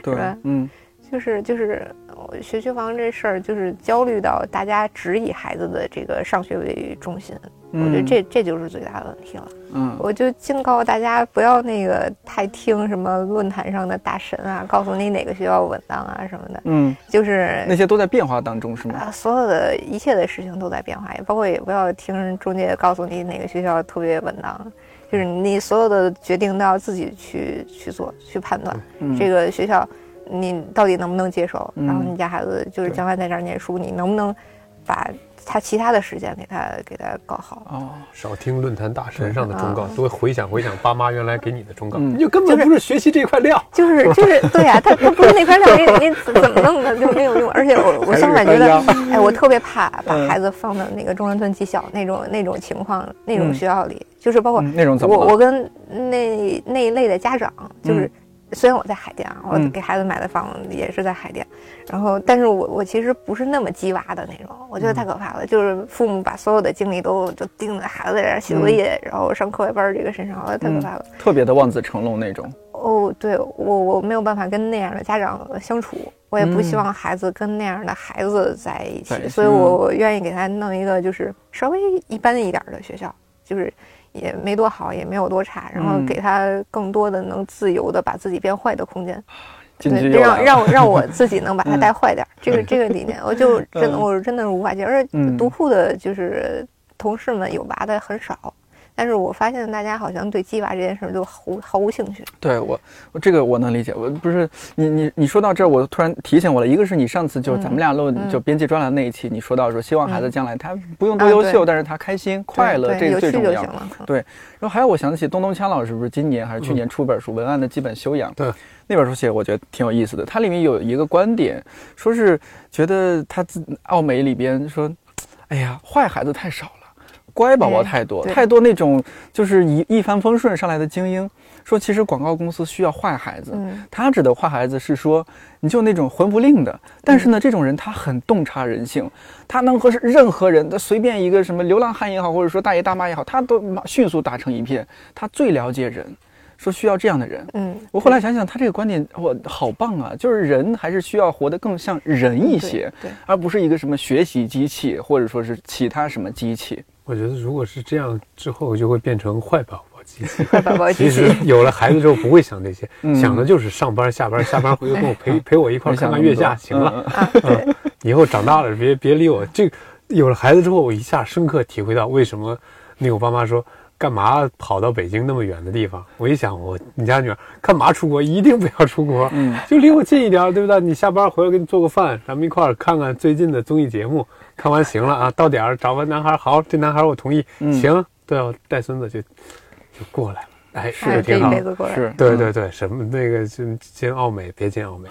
S2: 对
S4: 是吧，
S2: 嗯
S4: 就是就是呃学区房这事儿，就是焦虑到大家只以孩子的这个上学为中心，
S2: 嗯
S4: 我觉得这这就是最大的问题了。
S2: 嗯，
S4: 我就警告大家不要那个太听什么论坛上的大神啊，告诉你哪个学校稳当啊什么的，
S2: 嗯，
S4: 就是
S2: 那些都在变化当中是吗？
S4: 啊，所有的一切的事情都在变化，也包括也不要听中介告诉你哪个学校特别稳当，就是你所有的决定都要自己去去做去判断。
S2: 嗯
S4: 这个学校你到底能不能接受？
S2: 嗯
S4: 然后你家孩子就是
S2: 对
S4: 将来在这儿念书，你能不能把他其他的时间给他给他搞好？
S2: 哦，
S3: 少听论坛大神上的忠告
S4: 啊，
S3: 多回想回想爸妈原来给你的忠告，
S2: 嗯
S3: 你就根本不是学习这块料。
S4: 就是就是对呀、他他不是那块料，你你怎么弄的就没有用。而且我我
S3: 还是
S4: 相反觉
S3: 搬
S4: 得
S3: 家，
S4: 哎，我特别怕把
S2: 嗯
S4: 孩子放到那个中关村技校那种那种情况那种
S2: 嗯
S4: 学校里，就是包括
S2: 嗯那种怎么
S4: 我
S2: 了？
S4: 我跟那那一类的家长，就是、虽然我在海淀啊，我
S2: 嗯
S4: 给孩子买的房也是在海淀，然后但是我我其实不是那么鸡娃的那种，我
S2: 嗯
S4: 觉得太可怕了。就是父母把所有的精力都就盯在孩子这儿写
S2: 嗯
S4: 作业，然后上课外班儿这个身上，我觉得太可怕了。
S2: 特别的望子成龙那种。
S4: 哦，对我我没有办法跟那样的家长相处。我也不希望孩子跟那样的孩子在一起，
S2: 嗯在一起嗯
S4: 所以我我愿意给他弄一个就是稍微一般一点儿的学校，就是也没多好，也没有多差，然后
S2: 嗯
S4: 给他更多的能自由的把自己变坏的空间。
S2: 进去
S4: 对，
S2: 又
S4: 让
S2: 来了
S4: 让我让 我自己能把它
S2: 啊嗯
S4: 带坏点儿，这个这个理念，我 就真的
S2: 嗯
S4: 我是真的是无法接受。而且
S2: 嗯
S4: 读库的就是同事们有娃的很少，但是我发现大家好像对鸡娃这件事儿就毫无毫无兴趣。
S2: 对我，我这个我能理解。我不是你你你说到这儿，我突然提醒我了。一个是你上次就是咱们俩录
S4: 嗯
S2: 就编辑专栏那一期，你说到说希望孩子
S4: 嗯
S2: 将来他不用多
S4: 啊
S2: 优
S4: 对
S2: 秀，但是他开心快乐，
S4: 对
S2: 这
S4: 有
S2: 个
S4: 趣
S2: 最
S4: 就
S2: 重
S4: 行
S2: 要。
S4: 了。嗯
S2: 对，然后还有我想起东东锵老师不是今年还是去年出本书《文案的基本修养》，
S3: 对，
S2: 那本书写得我觉得挺有意思的。它里面有一个观点，说是觉得他自奥美里边说，哎呀，坏孩子太少了，乖宝宝
S4: 哎
S2: 太多，
S4: 对
S2: 太多那种就是一一帆风顺上来的精英。说其实广告公司需要坏孩子，
S4: 嗯
S2: 他指的坏孩子是说，你就那种魂不吝的，但
S3: 嗯
S2: 是呢，这种人他很洞察人性，他能和任何人，他随便一个什么流浪汉也好，或者说大爷大妈也好，他都马迅速打成一片，他最了解人，说需要这样的人。
S4: 嗯，
S2: 我后来想想，他这个观点我好棒啊！就是人还是需要活得更像人一些，
S3: 嗯
S4: 对，
S2: 而不是一个什么学习机器，或者说是其他什么机器。
S3: 我觉得如果是这样之后，就会变成坏宝宝机器。
S4: 快宝宝
S3: 其
S4: 机器
S3: 实。有了孩子之后不会想这些，
S2: 嗯
S3: 想的就是上班下班， 下班回去跟我陪陪我一块儿
S2: 没
S3: 看
S2: 想
S3: 看
S2: 那么
S3: 月
S2: 多
S3: 下，行了。，
S2: 嗯嗯
S4: 啊，对，
S3: 以后长大了别别理我。这个有了孩子之后，我一下深刻体会到为什么那个我爸妈说干嘛跑到北京那么远的地方。我一想，我你家女儿干嘛出国，一定不要出国，
S2: 嗯
S3: 就离我近一点儿，对不对？你下班回来给你做个饭，咱们一块儿看看最近的综艺节目，看完行了啊，到点儿找个男孩儿，好，这男孩儿我同意，
S2: 嗯
S3: 行，对、哦，带孙子就就过来了，哎，
S4: 哎
S3: 就
S4: 这
S3: 挺
S4: 一
S3: 好。
S4: 辈子过来。
S2: 是，
S3: 对
S2: 嗯
S3: 对对，什么那个就进奥美，别进奥美，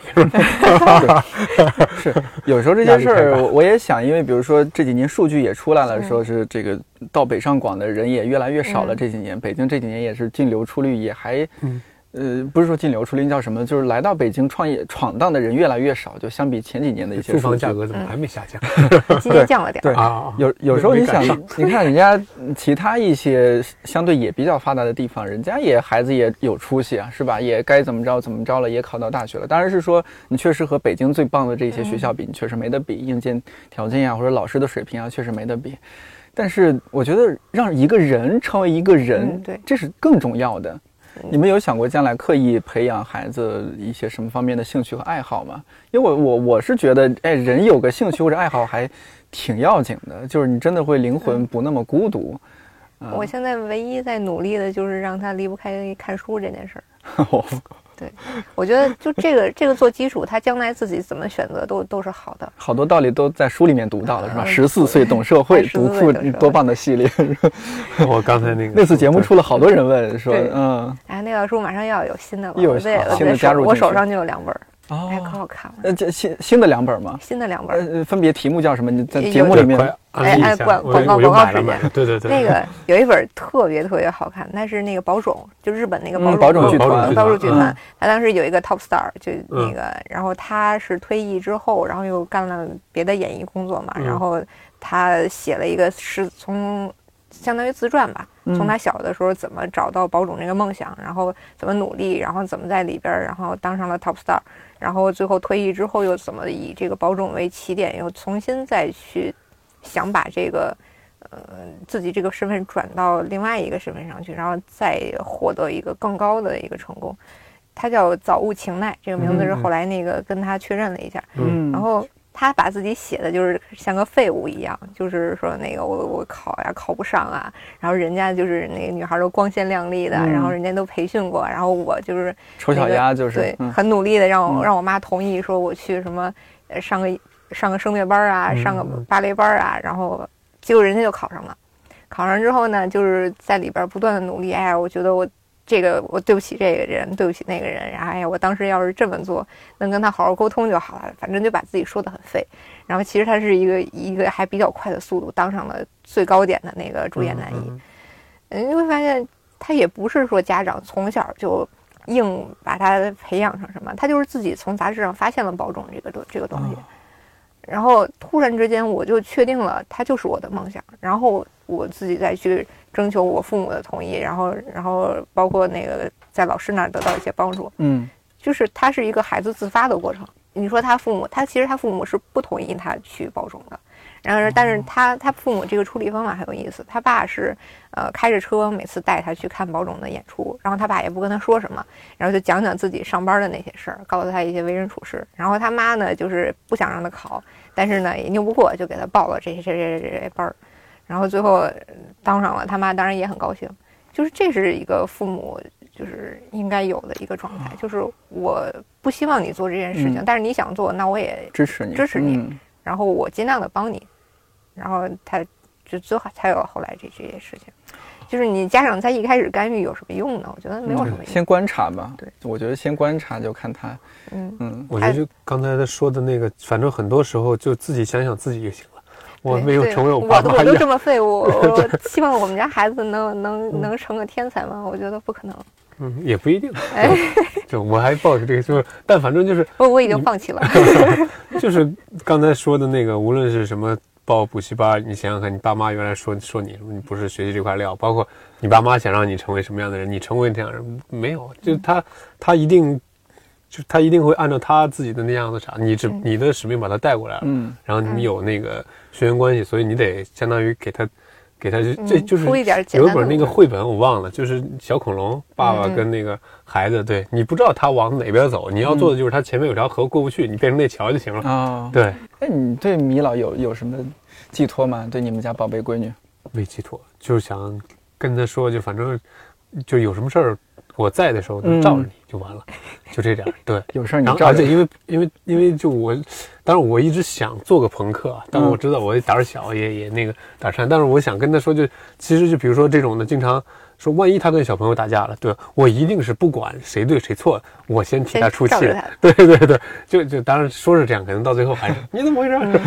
S2: 是，有时候这
S3: 压
S2: 件
S3: 力
S2: 事
S3: 太大
S2: 儿我我也想，因为比如说这几年数据也出来了，
S4: 嗯
S2: 说是这个到北上广的人也越来越少了。
S4: 嗯
S2: 这几年，北京这几年也是净流出率也还
S3: 嗯，
S2: 呃，不是说净流出率叫什么，就是来到北京创业闯荡的人越来越少，就相比前几年的一些
S3: 住
S2: 数
S3: 房
S2: 据
S3: 价格怎么还没下降？
S4: 今天降了点
S2: 对
S4: 儿。
S3: 啊啊，
S2: 有有时候
S3: 没
S2: 你
S3: 感
S2: 想
S3: 受，
S2: 你看人家其他一些相对也比较发达的地方，人家也孩子也有出息啊，是吧？也该怎么着怎么着了，也考到大学了。当然是说你确实和北京最棒的这些学校比，你确实没得比，硬件条件呀、或者老师的水平啊，确实没得比。但是我觉得让一个人成为一个人，
S4: 嗯对嗯
S2: 这是更重要的。你们有想过将来刻意培养孩子一些什么方面的兴趣和爱好吗？因为我我我是觉得，哎，人有个兴趣或者爱好还挺要紧的，就是你真的会灵
S4: 嗯
S2: 魂不那么孤独。
S3: 嗯
S4: 我现在唯一在努力的就是让他离不开看书这件事儿。
S2: 我
S4: 我觉得就这个这个做基础，他将来自己怎么选择都都是好的。
S2: 好多道理都在书里面读到了，是吧？
S4: 嗯
S2: 十四岁懂社会，
S4: 14岁
S2: 读库
S4: 懂社会
S2: 多棒 的系列！
S3: 我刚才那个
S2: 那次节目出了好多人问说
S4: 对，
S2: 嗯，
S4: 哎，那本书马上要有新的了，
S2: 又有
S4: 我在
S2: 好
S4: 我
S2: 新的
S4: 在
S2: 加
S4: 手
S2: 入
S4: 我
S2: 进去
S4: 手上就有两本儿，哎，可
S2: 哦，
S4: 好看了，
S2: 那这新新的两本吗？
S4: 新的两本儿。
S2: 呃，分别题目叫什么？你在
S4: 有
S2: 节目
S4: 的
S2: 里面
S3: 快安利一
S4: 哎哎
S3: 下，
S4: 广
S3: 我
S4: 广告
S3: 我又
S4: 广告
S3: 买了
S4: 时间
S3: 买了，对对对，
S4: 那个有一本儿特别特别好看，那是那个宝冢，就日本那个
S2: 嗯
S4: 宝
S2: 宝
S4: 冢
S2: 冢剧
S4: 剧
S2: 团
S4: 宝冢剧团
S2: 嗯，
S4: 他当时有一个 top star，就那个，然后他是退役之后，然后又干了别的演艺工作嘛，
S3: 嗯
S4: 然后他写了一个是从相当于自传吧，
S2: 嗯
S4: 从他小的时候怎么找到宝冢这个梦想，然后怎么努力，然后怎么在里边儿，然后当上了 top star，然后最后退役之后又怎么以这个宝冢为起点，又重新再去想把这个呃自己这个身份转到另外一个身份上去，然后再获得一个更高的一个成功。他叫早雾晴奈，这个名字是
S3: 嗯嗯
S4: 后来那个跟他确认了一下，
S3: 嗯
S4: 然后他把自己写的就是像个废物一样，就是说那个我我考呀考不上啊，然后人家就是那个女孩都光鲜亮丽的，
S2: 嗯
S4: 然后人家都培训过，然后我就是
S2: 丑小鸭就是
S4: 对、
S2: 嗯
S4: 很努力的让我、
S2: 嗯
S4: 让我妈同意说我去什么呃上个上个声乐班啊，
S3: 嗯
S4: 上个
S3: 嗯
S4: 芭蕾班啊，然后结果人家就考上了，考上之后呢，就是在里边不断的努力，哎呀，我觉得我。这个我对不起这个人，对不起那个人，然后哎呀，我当时要是这么做，能跟他好好沟通就好了。反正就把自己说的很废，然后其实他是一个一个还比较快的速度当上了最高点的那个主演男一。
S3: 嗯
S4: 嗯，你会发现他也不是说家长从小就硬把他培养成什么，他就是自己从杂志上发现了保种这个东这个东西，然后突然之间我就确定了，它就是我的梦想，然后我自己再去征求我父母的同意，然后然后包括那个在老师那儿得到一些帮助，
S2: 嗯
S4: 就是他是一个孩子自发的过程。你说他父母，他其实他父母是不同意他去保种的，然后但是他他父母这个处理方法很有意思，他爸是呃开着车每次带他去看保种的演出，然后他爸也不跟他说什么，然后就讲讲自己上班的那些事儿，告诉他一些为人处事，然后他妈呢就是不想让他考，但是呢也拗不过，就给他报了这些这些这些这些班儿，然后最后呃当上了，他妈当然也很高兴，就是这是一个父母就是应该有的一个状态，就是我不希望你做这件事情，
S2: 嗯
S4: 但是你想做，那我也，
S2: 支持你
S4: 支持你
S2: 嗯
S4: 然后我尽量的帮你，然后他就最后才有后来这这些事情，就是你家长在一开始干预有什么用呢？我觉得
S3: 嗯
S4: 没有什么用，
S2: 先观察吧。
S4: 对，
S2: 我觉得先观察就看他，
S4: 嗯，
S2: 嗯，
S3: 我觉得就刚才他说的那个，反正很多时候就自己想想自己就行了。我
S4: 对
S3: 没有
S4: 对
S3: 成为我
S4: 我
S3: 爸
S4: 都
S3: 妈
S4: 我
S3: 一
S4: 都
S3: 样，
S4: 这么 废物，我我希望我们家孩子能能能成个天才吗？我觉得不可能，
S3: 嗯，也不一定。
S4: 哎
S3: 就我还抱着这个，就是但反正就是
S4: 我我已经放 弃了，
S3: 就是刚才说的那个，无论是什么报补习班，你想想看，你爸妈原来说说你你不是学习这块料，包括你爸妈想让你成为什么样的人，你成为这样的人没有？就是他他一定就是他一定会按照他自己的那样子啥，你只
S4: 嗯
S3: 你的使命把他带过来了，
S2: 嗯，
S3: 然后
S4: 嗯
S3: 你有那个血缘关系，所以你得相当于给他给他就这
S4: 嗯
S3: 就是
S4: 出一点简
S3: 有一
S4: 单的
S3: 本那
S4: 路
S3: 个绘本我忘了，就是小恐龙爸爸
S4: 嗯嗯
S3: 跟那个孩子，对你不知道他往哪边走，你要
S4: 嗯
S3: 做的就是他前面有条河过不去，你变成那桥就行了。
S2: 哦，
S3: 对，
S2: 那你对米老有有什么寄托吗？对你们家宝贝闺女？
S3: 没寄托，就是想跟他说，就反正就有什么事儿我在的时候能
S2: 嗯
S3: 罩着你就完了，就这点儿。对，
S2: 有事儿你
S3: 然后
S2: 照
S3: 而
S2: 着
S3: 且。因为因为因为就我，当然我一直想做个朋克啊，但是
S2: 嗯
S3: 我知道我也胆儿小，也也那个胆儿颤，但是我想跟他说就，其实就比如说这种的，经常说万一他跟小朋友打架了，对吧我一定是不管谁对谁错，我先替
S4: 先
S3: 他出气
S4: 照着他
S3: 的， 对对对，就就当然说是这样，可能到最后 还是嗯你怎么回事？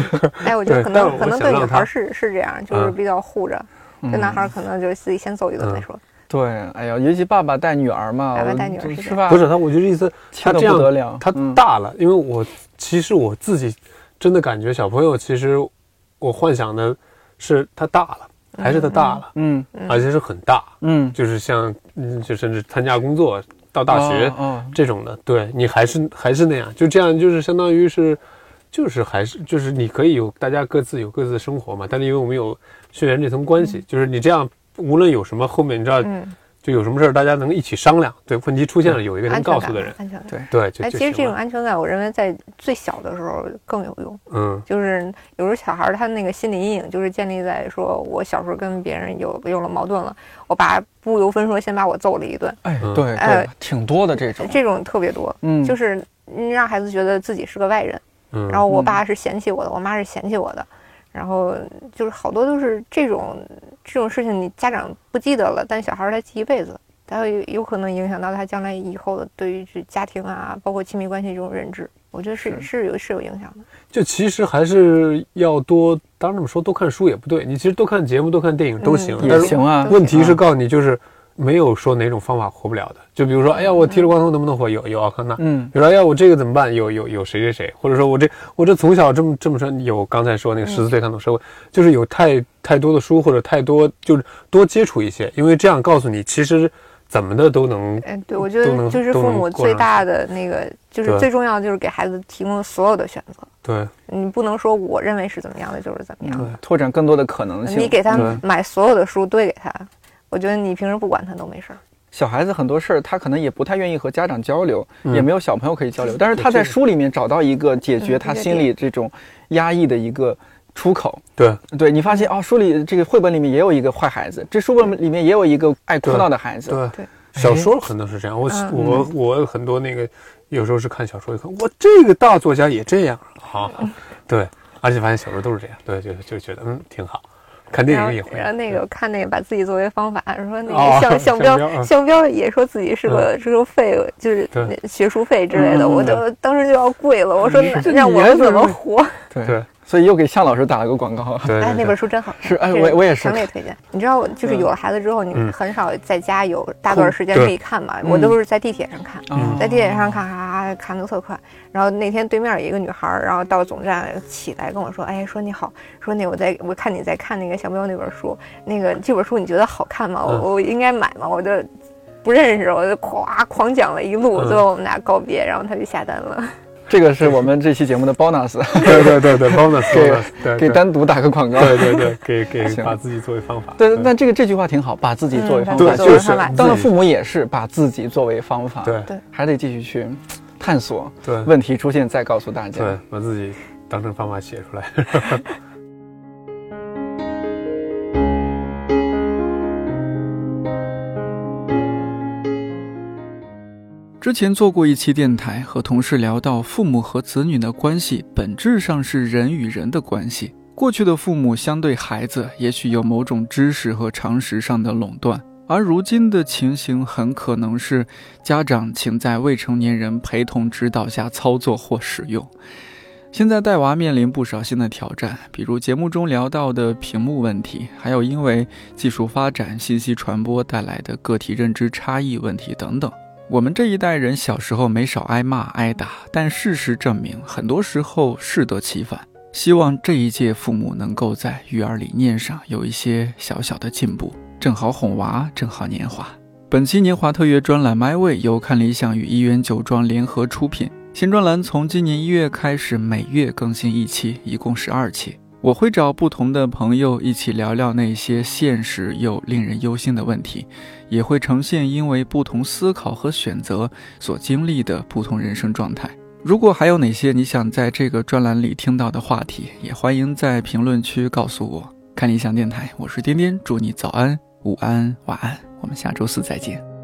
S4: 哎，我觉
S3: 对
S4: 得可
S3: 但
S4: 能
S3: 是
S4: 可
S3: 我
S4: 能
S3: 想
S4: 对女
S3: 让
S4: 孩
S3: 他
S4: 是是这样，就是
S3: 嗯
S4: 比较护着，对男孩儿可能就是自己先走一顿再说。
S2: 对，哎呀，尤其爸爸带女儿嘛，
S4: 爸爸
S2: 我
S4: 带女儿
S2: 就是是
S4: 这
S2: 吧？
S3: 不是他，我觉得意思
S2: 气
S3: 他
S2: 得
S3: 这
S2: 不得了
S3: 样，他
S2: 嗯
S3: 大了，因为我其实我自己真的感觉小朋友，其实我幻想的是他大了，还是他大了，
S2: 嗯
S3: 而且是很大，
S2: 嗯，
S3: 就是像嗯，就甚至参加工作到大学、
S2: 哦
S3: 这种的，对你还是还是那样，就这样，就是相当于是。就是还是就是你可以有大家各自有各自的生活嘛，但是因为我们有血缘这层关系，就是你这样无论有什么后面你知道
S4: 嗯，
S3: 就有什么事儿大家能一起商量，对问题出现了有一个能
S4: 安全
S3: 告
S4: 感
S3: 诉的人
S4: 嘛，，安全感。
S2: 对
S3: 对，就
S4: 哎，
S3: 就
S4: 其实这
S3: 行
S4: 种
S3: 了，
S4: 安全感，我认为在最小的时候更有用。
S3: 嗯
S4: 就是有时候小孩儿他那个心理阴影，就是建立在说我小时候跟别人有有了矛盾了，我爸不由分说先把我揍了一顿，
S2: 哎，
S3: 嗯
S2: 对对
S4: 哎，
S2: 挺多的这种，
S4: 这种特别多。
S2: 嗯，
S4: 就是嗯让孩子觉得自己是个外人，
S3: 嗯，
S4: 然后我爸是嫌弃我的，我妈是嫌弃我的，然后就是好多都是这种这种事情，你家长不记得了，但小孩儿他记一辈子，他会有可能影响到他将来以后的对于这家庭啊，包括亲密关系这种认知，我觉得是
S2: 是
S4: 是有是有影响的。
S3: 就其实还是要多，当然这么说多看书也不对，你其实多看节目、多看电影都行，
S4: 嗯
S3: 但
S2: 也
S3: 是
S2: 行啊
S4: 都，
S3: 问题是告诉你就是没有说哪种方法活不了的，就比如说，哎呀，我剃了光头能不能活？有有奥康纳，
S2: 嗯
S3: 比如说，哎呀，我这个怎么办？有有有谁谁谁，或者说我这我这从小这么这么说，有刚才说那个十四岁看懂社会，就是有太太多的书或者太多就是多接触一些，因为这样告诉你其实怎么的都能，
S4: 嗯，对，我觉
S3: 都能
S4: 得就是
S3: 都
S4: 父
S3: 能
S4: 母
S3: 过
S4: 最
S3: 上
S4: 大的那个就是
S3: 对
S4: 最重要的就是给孩子提供所有的选择，
S3: 对
S4: 你不能说我认为是怎么样的就是怎么样的。
S2: 拓展更多的可能性。
S4: 你给他
S3: 嗯对
S4: 买所有的书堆给他，我觉得你平时不管他都没事儿。
S2: 小孩子很多事儿，他可能也不太愿意和家长交流，
S3: 嗯
S2: 也没有小朋友可以交流，但是他在书里面找到嗯一个解决他心里这种压抑的一个出口。
S3: 对
S2: 对你发现哦，书里这个绘本里面也有一个坏孩子，这书本里面也有一个爱哭
S3: 对
S2: 闹的孩子。
S3: 对
S4: 对
S3: 小说很多是这样，我
S4: 嗯
S3: 我我很多那个有时候是看小说，一看我这个大作家也这样啊，对，而且发现小说都是这样，对，就就觉得嗯挺好，看电
S4: 然后
S3: 影也会，
S4: 然后那个我看那个把自己作为方法，说那
S3: 哦
S4: 个 项项
S3: 项标
S4: 标
S3: 嗯
S4: 项标也说自己是个是个废，物，就是
S3: 对
S4: 那学术废之类的，
S2: 嗯
S4: 我就当时就要跪了，我说
S2: 是
S4: 那
S2: 这
S4: 让
S2: 你
S4: 我
S2: 还
S4: 们
S2: 是
S4: 怎么
S2: 会
S4: 活？
S2: 对
S3: 对
S2: 所以又给向老师打了个广告。
S3: 对
S4: 哎，
S3: 对
S4: 那
S3: 对
S4: 本书真好看，
S2: 是哎
S4: 这
S2: 我我也是
S4: 强烈推荐。你知道，就是有了孩子之后，你
S3: 嗯
S4: 很少在家有大段时间
S3: 空
S4: 可以看嘛，
S2: 嗯
S4: 我都是在地铁上看。
S2: 啊
S4: 在地铁上看，啊，看的特快。然后那天对面有一个女孩儿，然后到总站起来跟我说：“哎，说你好，说那我在我看你在看那个小喵那本书，那个这本书你觉得好看吗？
S3: 嗯
S4: 我我应该买吗？”我就不认识，我就夸狂讲了一路，
S3: 嗯
S4: 最后我们俩告别，然后他就下单了。
S2: 这个是我们这期节目的 bonus，
S3: 对对对对，bonus
S2: 给
S3: bonus，对
S2: 给
S3: 对
S2: 单独打个广告。
S3: 对对对，给给
S2: 行
S3: 把自己作为方法，
S2: 对，那这个这句话挺好，把自己作为方
S3: 对
S4: 嗯
S2: 法。就
S3: 就是是
S4: 把自己
S2: 当了父母也是把自己作为方法，
S3: 对
S4: 对
S2: 还得继续去探索。
S3: 对
S2: 问题出现再告诉大
S3: 对
S2: 家。，
S3: 把自己当成方法写出来。
S1: 之前做过一期电台，和同事聊到，父母和子女的关系本质上是人与人的关系。过去的父母相对孩子，也许有某种知识和常识上的垄断，而如今的情形很可能是家长请在未成年人陪同指导下操作或使用。现在带娃面临不少新的挑战，比如节目中聊到的屏幕问题，还有因为技术发展、信息传播带来的个体认知差异问题等等。我们这一代人小时候没少挨骂挨打，但事实证明，很多时候适得其反。希望这一届父母能够在育儿理念上有一些小小的进步，正好哄娃，正好年华。本期年华特约专栏《My Way》由看理想与一元酒庄联合出品。新专栏从今年一月开始，每月更新一期，一共十二期。我会找不同的朋友一起聊聊那些现实又令人忧心的问题，也会呈现因为不同思考和选择所经历的不同人生状态。如果还有哪些你想在这个专栏里听到的话题，也欢迎在评论区告诉我。看理想电台，我是颠颠，祝你早安、午安、晚安，我们下周四再见。